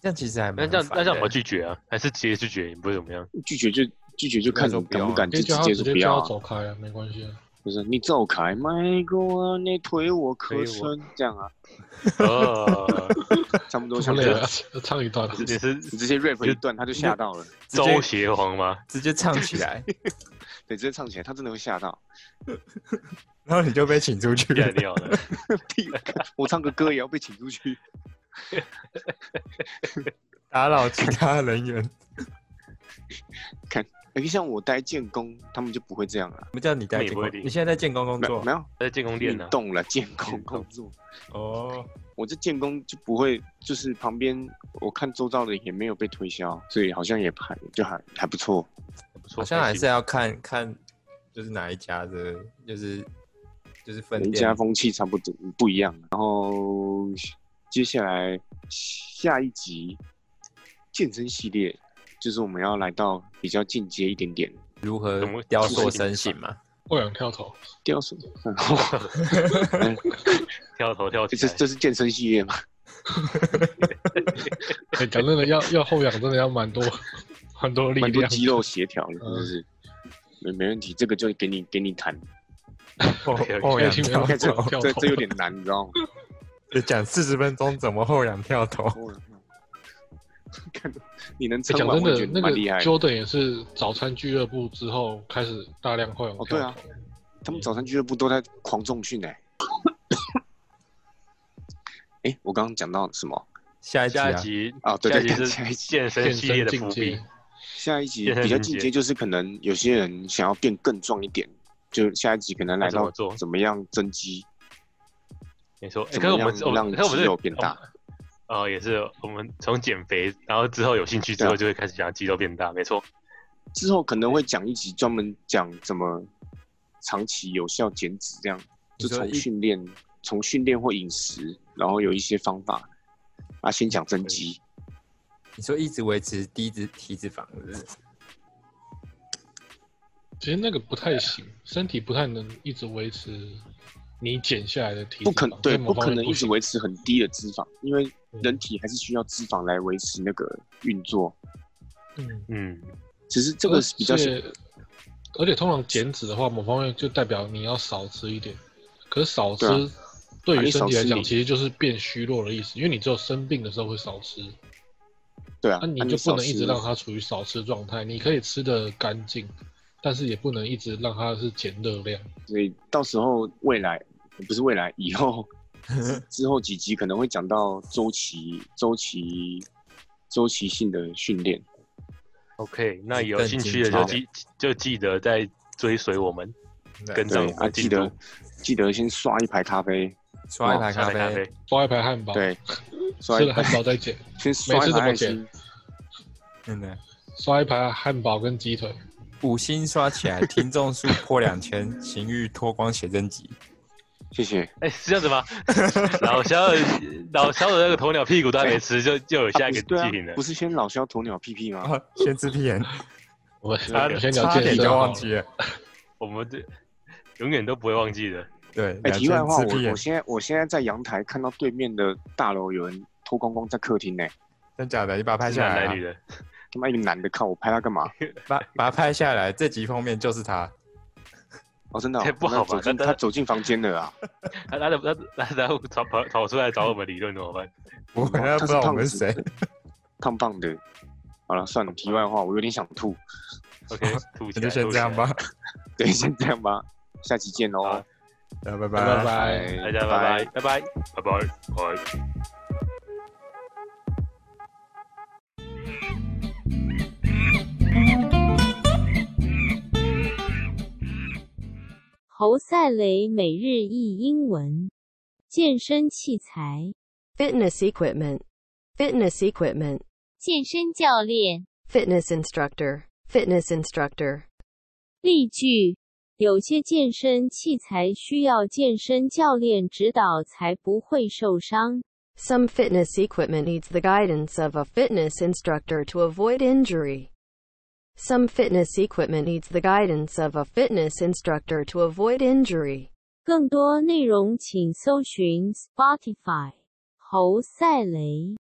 [SPEAKER 2] 这样其实还蛮
[SPEAKER 3] 那这样
[SPEAKER 2] 烦
[SPEAKER 3] 那这样
[SPEAKER 2] 的
[SPEAKER 3] 我拒绝啊，还是直接拒绝也不会
[SPEAKER 1] (laughs)
[SPEAKER 3] 怎么样。
[SPEAKER 1] 拒绝就拒绝就看
[SPEAKER 2] 那
[SPEAKER 1] 你
[SPEAKER 2] 就不要
[SPEAKER 1] 敢不敢，啊
[SPEAKER 4] 可
[SPEAKER 1] 就
[SPEAKER 4] 以叫
[SPEAKER 1] 直
[SPEAKER 4] 他
[SPEAKER 1] 接说
[SPEAKER 4] 直接
[SPEAKER 1] 不要
[SPEAKER 4] 叫
[SPEAKER 1] 啊
[SPEAKER 4] 他。走开啊，没关系啊。
[SPEAKER 1] 就是你走开，迈过那推我可身，这样啊，
[SPEAKER 3] 哦，
[SPEAKER 1] 差不多
[SPEAKER 4] 这
[SPEAKER 1] 差
[SPEAKER 4] 么
[SPEAKER 1] 不
[SPEAKER 4] 累
[SPEAKER 1] 多。
[SPEAKER 4] 啊，唱一段啊。
[SPEAKER 3] 你是
[SPEAKER 1] 你直接 rap 一段，他就吓到了，
[SPEAKER 2] 直接
[SPEAKER 3] 周邪皇吗？
[SPEAKER 2] 直接唱起来，
[SPEAKER 1] 对，直接唱起来，他真的会吓到。
[SPEAKER 2] 然后你就被请出
[SPEAKER 3] (laughs)
[SPEAKER 2] 去了
[SPEAKER 3] 干。掉了，
[SPEAKER 1] 屁 (laughs) 我唱个歌也要被请出 (laughs) 去，
[SPEAKER 2] 打扰其他人员。
[SPEAKER 1] 而且像我待建工，他们就不会这样了。
[SPEAKER 2] 不叫你在
[SPEAKER 3] 那也
[SPEAKER 2] 建
[SPEAKER 3] 不
[SPEAKER 2] 工
[SPEAKER 3] 一，定
[SPEAKER 2] 你现在在建工工
[SPEAKER 1] 没有
[SPEAKER 2] 作
[SPEAKER 1] 没有
[SPEAKER 3] 在建功殿
[SPEAKER 1] 运
[SPEAKER 3] 呢。
[SPEAKER 1] 动了，啊建工
[SPEAKER 3] 运动
[SPEAKER 1] 工作，
[SPEAKER 2] 哦。
[SPEAKER 1] 我这建工就不会，就是旁边我看周遭的也没有被推销，所以好像也还就还还不错。
[SPEAKER 3] 不错
[SPEAKER 2] 好像还
[SPEAKER 3] 开
[SPEAKER 2] 是
[SPEAKER 3] 心
[SPEAKER 2] 要看看，就是哪一家的，就是就是分
[SPEAKER 1] 每一
[SPEAKER 2] 店
[SPEAKER 1] 家。风气差不多不一样。然后接下来下一集健身系列，就是我们要来到比较进阶一点点
[SPEAKER 2] 如何
[SPEAKER 3] 怎么
[SPEAKER 2] 雕塑身形嘛？
[SPEAKER 4] 欧阳跳投，
[SPEAKER 1] 雕塑。然后
[SPEAKER 3] 跳头跳起
[SPEAKER 1] 这
[SPEAKER 3] 来，
[SPEAKER 1] 这是健身系列嘛？
[SPEAKER 4] 哎，讲真的，要要后仰真的要蛮多 (laughs) 蛮多力
[SPEAKER 1] 蛮多
[SPEAKER 4] 量。
[SPEAKER 1] 肌肉协调的，
[SPEAKER 4] 嗯
[SPEAKER 1] 真的是没 (laughs) 没问题。这个就给你给你谈，
[SPEAKER 2] 后
[SPEAKER 3] 对
[SPEAKER 2] 后仰
[SPEAKER 4] 现在
[SPEAKER 2] 跳
[SPEAKER 4] 听
[SPEAKER 1] 这
[SPEAKER 4] 不到
[SPEAKER 2] 投，
[SPEAKER 4] 跳
[SPEAKER 1] 这
[SPEAKER 4] 投
[SPEAKER 1] 这有点难，你知道吗？
[SPEAKER 2] (laughs) 就讲四十分钟怎么后仰跳投。
[SPEAKER 1] (laughs) 看你能
[SPEAKER 4] 哎
[SPEAKER 1] 撑
[SPEAKER 4] 讲
[SPEAKER 1] 完，
[SPEAKER 4] 真
[SPEAKER 1] 我也
[SPEAKER 4] 的
[SPEAKER 1] 觉，得
[SPEAKER 4] 那个
[SPEAKER 1] 蛮厉害的。
[SPEAKER 4] Jordan 也是早餐俱乐部之后开始大量后仰
[SPEAKER 1] 哦
[SPEAKER 4] 跳
[SPEAKER 1] 对啊
[SPEAKER 4] 投。
[SPEAKER 1] 他们早餐俱乐部都在狂重 (coughs) 训哎。哎，我刚刚讲到什么？
[SPEAKER 2] 下一集
[SPEAKER 3] 下一
[SPEAKER 2] 啊，
[SPEAKER 3] 集
[SPEAKER 1] 啊对
[SPEAKER 3] 下
[SPEAKER 1] 对
[SPEAKER 3] 一集
[SPEAKER 1] 对下一
[SPEAKER 3] 是
[SPEAKER 1] 集
[SPEAKER 3] 健身
[SPEAKER 4] 健
[SPEAKER 3] 系列
[SPEAKER 4] 身
[SPEAKER 3] 的
[SPEAKER 4] 境
[SPEAKER 3] 伏笔
[SPEAKER 4] 界，，
[SPEAKER 1] 下一集
[SPEAKER 3] 健身
[SPEAKER 1] 比较
[SPEAKER 3] 进
[SPEAKER 1] 进
[SPEAKER 3] 阶
[SPEAKER 1] 阶，就是可能有些人想要变更壮一点，就下一集可能来
[SPEAKER 3] 那怎么
[SPEAKER 1] 到
[SPEAKER 3] 做
[SPEAKER 1] 怎么样增肌，
[SPEAKER 3] 没错。哎
[SPEAKER 1] 怎
[SPEAKER 3] 可是
[SPEAKER 1] 么
[SPEAKER 3] 我
[SPEAKER 1] 样
[SPEAKER 3] 们我
[SPEAKER 1] 让
[SPEAKER 3] 们可是我
[SPEAKER 1] 肌
[SPEAKER 3] 们
[SPEAKER 1] 肉
[SPEAKER 3] 是
[SPEAKER 1] 变大。
[SPEAKER 3] 哦，也是我们从减肥，然后之后有兴趣之
[SPEAKER 1] 对
[SPEAKER 3] 后
[SPEAKER 1] 啊
[SPEAKER 3] 就会开始想要肌肉变大，没错。
[SPEAKER 1] 之后可能会讲一集专门讲怎么长期有效减脂，这样就
[SPEAKER 2] 你说
[SPEAKER 1] 从
[SPEAKER 2] 一
[SPEAKER 1] 训练、从训练或饮食，然后有一些方法。啊，先讲增肌，
[SPEAKER 2] 你说一直维持低脂体脂肪，是不是
[SPEAKER 4] 其实那个不太行，身体不太能一直维持你减下来的体脂
[SPEAKER 1] 不
[SPEAKER 4] 肪
[SPEAKER 1] 可对，
[SPEAKER 4] 在
[SPEAKER 1] 不
[SPEAKER 4] 某方
[SPEAKER 1] 可
[SPEAKER 4] 面
[SPEAKER 1] 能一直
[SPEAKER 4] 行
[SPEAKER 1] 维持很低的脂肪，因为人
[SPEAKER 4] 嗯
[SPEAKER 1] 体还是需要脂肪来维持那个运作。
[SPEAKER 4] 嗯，
[SPEAKER 3] 嗯，
[SPEAKER 1] 只是这个
[SPEAKER 4] 而
[SPEAKER 1] 是比较像
[SPEAKER 4] 且而且通常减脂的话，某方面就代表你要少吃一点。可是少吃
[SPEAKER 1] 对啊
[SPEAKER 4] 对
[SPEAKER 1] 啊
[SPEAKER 4] 于
[SPEAKER 1] 你
[SPEAKER 4] 身体
[SPEAKER 1] 少
[SPEAKER 4] 来
[SPEAKER 1] 吃
[SPEAKER 4] 讲，
[SPEAKER 1] 你
[SPEAKER 4] 其实就是变虚弱的意思，因为你只有生病的时候会少吃，
[SPEAKER 1] 对啊，
[SPEAKER 4] 那你
[SPEAKER 1] 啊
[SPEAKER 4] 就
[SPEAKER 1] 少
[SPEAKER 4] 不能一
[SPEAKER 1] 吃
[SPEAKER 4] 直让它处于少吃状态。你可以吃的干净，但是也不能一直让它是减热量。
[SPEAKER 1] 所以到时候未来不是未来，以后之后几集可能会讲到周期、周期、周期性的训练。
[SPEAKER 3] OK，那
[SPEAKER 2] 是
[SPEAKER 3] 有
[SPEAKER 2] 更
[SPEAKER 3] 兴
[SPEAKER 2] 精
[SPEAKER 3] 趣的
[SPEAKER 2] 彩
[SPEAKER 3] 就记就记得再追随我们，
[SPEAKER 2] 对
[SPEAKER 3] 跟上
[SPEAKER 1] 对
[SPEAKER 3] 我们
[SPEAKER 1] 啊，
[SPEAKER 3] 的
[SPEAKER 1] 记
[SPEAKER 3] 进
[SPEAKER 1] 得
[SPEAKER 3] 度，
[SPEAKER 1] 记得先刷一排咖啡，
[SPEAKER 2] 刷一排
[SPEAKER 3] 下
[SPEAKER 2] 咖
[SPEAKER 3] 载咖啡
[SPEAKER 2] 啡，，
[SPEAKER 4] 抓一排汉
[SPEAKER 3] 哦 (laughs)
[SPEAKER 4] 堡，
[SPEAKER 1] 对，刷
[SPEAKER 4] 吃
[SPEAKER 1] 一
[SPEAKER 4] 了
[SPEAKER 1] 排
[SPEAKER 4] 汉，堡再减，
[SPEAKER 1] 先刷一
[SPEAKER 4] 每次
[SPEAKER 1] 排
[SPEAKER 4] 怎么
[SPEAKER 1] 爱心，
[SPEAKER 2] 真的
[SPEAKER 4] 刷一排汉堡跟鸡腿。
[SPEAKER 2] 五星刷起来，听众数破两千，情欲脱光写真集。
[SPEAKER 1] 谢啊谢。
[SPEAKER 3] 哎，是这样子吗？老肖的老肖的那个鸵鸟屁股都还没吃，就就有
[SPEAKER 1] 啊
[SPEAKER 3] 下一
[SPEAKER 1] 不
[SPEAKER 3] 个
[SPEAKER 1] 是对
[SPEAKER 3] 祭
[SPEAKER 1] 啊
[SPEAKER 3] 品了
[SPEAKER 1] 不。是先老肖鸵鸟屁屁吗？
[SPEAKER 3] 哦
[SPEAKER 2] 啊，先知屁眼，
[SPEAKER 4] 我们
[SPEAKER 3] 差
[SPEAKER 4] 我们先聊
[SPEAKER 2] 差
[SPEAKER 4] 健
[SPEAKER 2] 点
[SPEAKER 4] 身
[SPEAKER 1] 哦
[SPEAKER 2] 就
[SPEAKER 4] 好
[SPEAKER 2] 忘
[SPEAKER 4] 了。
[SPEAKER 2] 记了。
[SPEAKER 3] 我们这永远都不会忘记的。
[SPEAKER 2] 对，
[SPEAKER 1] 哎，
[SPEAKER 2] 两
[SPEAKER 1] 题外
[SPEAKER 2] 千
[SPEAKER 1] 话，
[SPEAKER 2] 只屁
[SPEAKER 1] 我
[SPEAKER 2] 眼
[SPEAKER 1] 我，现在我现在在阳台看到对面的大楼有人脱光光在客厅呢，
[SPEAKER 2] 真假的，你把它拍
[SPEAKER 3] 是
[SPEAKER 2] 下
[SPEAKER 3] 男
[SPEAKER 2] 来啊
[SPEAKER 3] 男女，的，
[SPEAKER 1] 他妈一个男的看我拍他干嘛？
[SPEAKER 2] 把把它拍下来，这集封面就是他。
[SPEAKER 1] 哦，真的哦
[SPEAKER 3] 这不好
[SPEAKER 1] 他
[SPEAKER 3] 吧
[SPEAKER 1] 走进
[SPEAKER 3] 那
[SPEAKER 1] 他走进房间了
[SPEAKER 3] (laughs)
[SPEAKER 1] 啊。
[SPEAKER 3] 他他他他他跑跑跑出来找我们理论怎么办？
[SPEAKER 2] 我
[SPEAKER 1] 哦
[SPEAKER 2] 要
[SPEAKER 1] 他
[SPEAKER 2] 不
[SPEAKER 1] 是
[SPEAKER 2] 知道我
[SPEAKER 1] 胖
[SPEAKER 2] 们
[SPEAKER 1] 子
[SPEAKER 2] 是谁，
[SPEAKER 1] 胖胖的。好了，算了，题外话，我有点想吐。
[SPEAKER 3] OK，吐起
[SPEAKER 2] 那就
[SPEAKER 3] 来，
[SPEAKER 2] 先这样吧，
[SPEAKER 1] 对，先这样吧，下期见哦喽
[SPEAKER 3] 好，
[SPEAKER 2] 那拜拜
[SPEAKER 4] 拜。拜。
[SPEAKER 3] 吐起来。大家拜拜，拜拜，拜拜，拜。
[SPEAKER 5] 侯赛雷每日一英文，健身器材，
[SPEAKER 6] Fitness equipment. Fitness equipment.
[SPEAKER 5] 健身教练。
[SPEAKER 6] Fitness instructor. Fitness instructor.
[SPEAKER 5] 例句：有些健身器材需要健身教练指导才不会受伤。
[SPEAKER 6] Some fitness equipment needs the guidance of a fitness instructor to avoid injury. Some fitness equipment needs the guidance of a fitness instructor to avoid injury.
[SPEAKER 5] 更多内容请搜寻 Spotify 侯赛雷。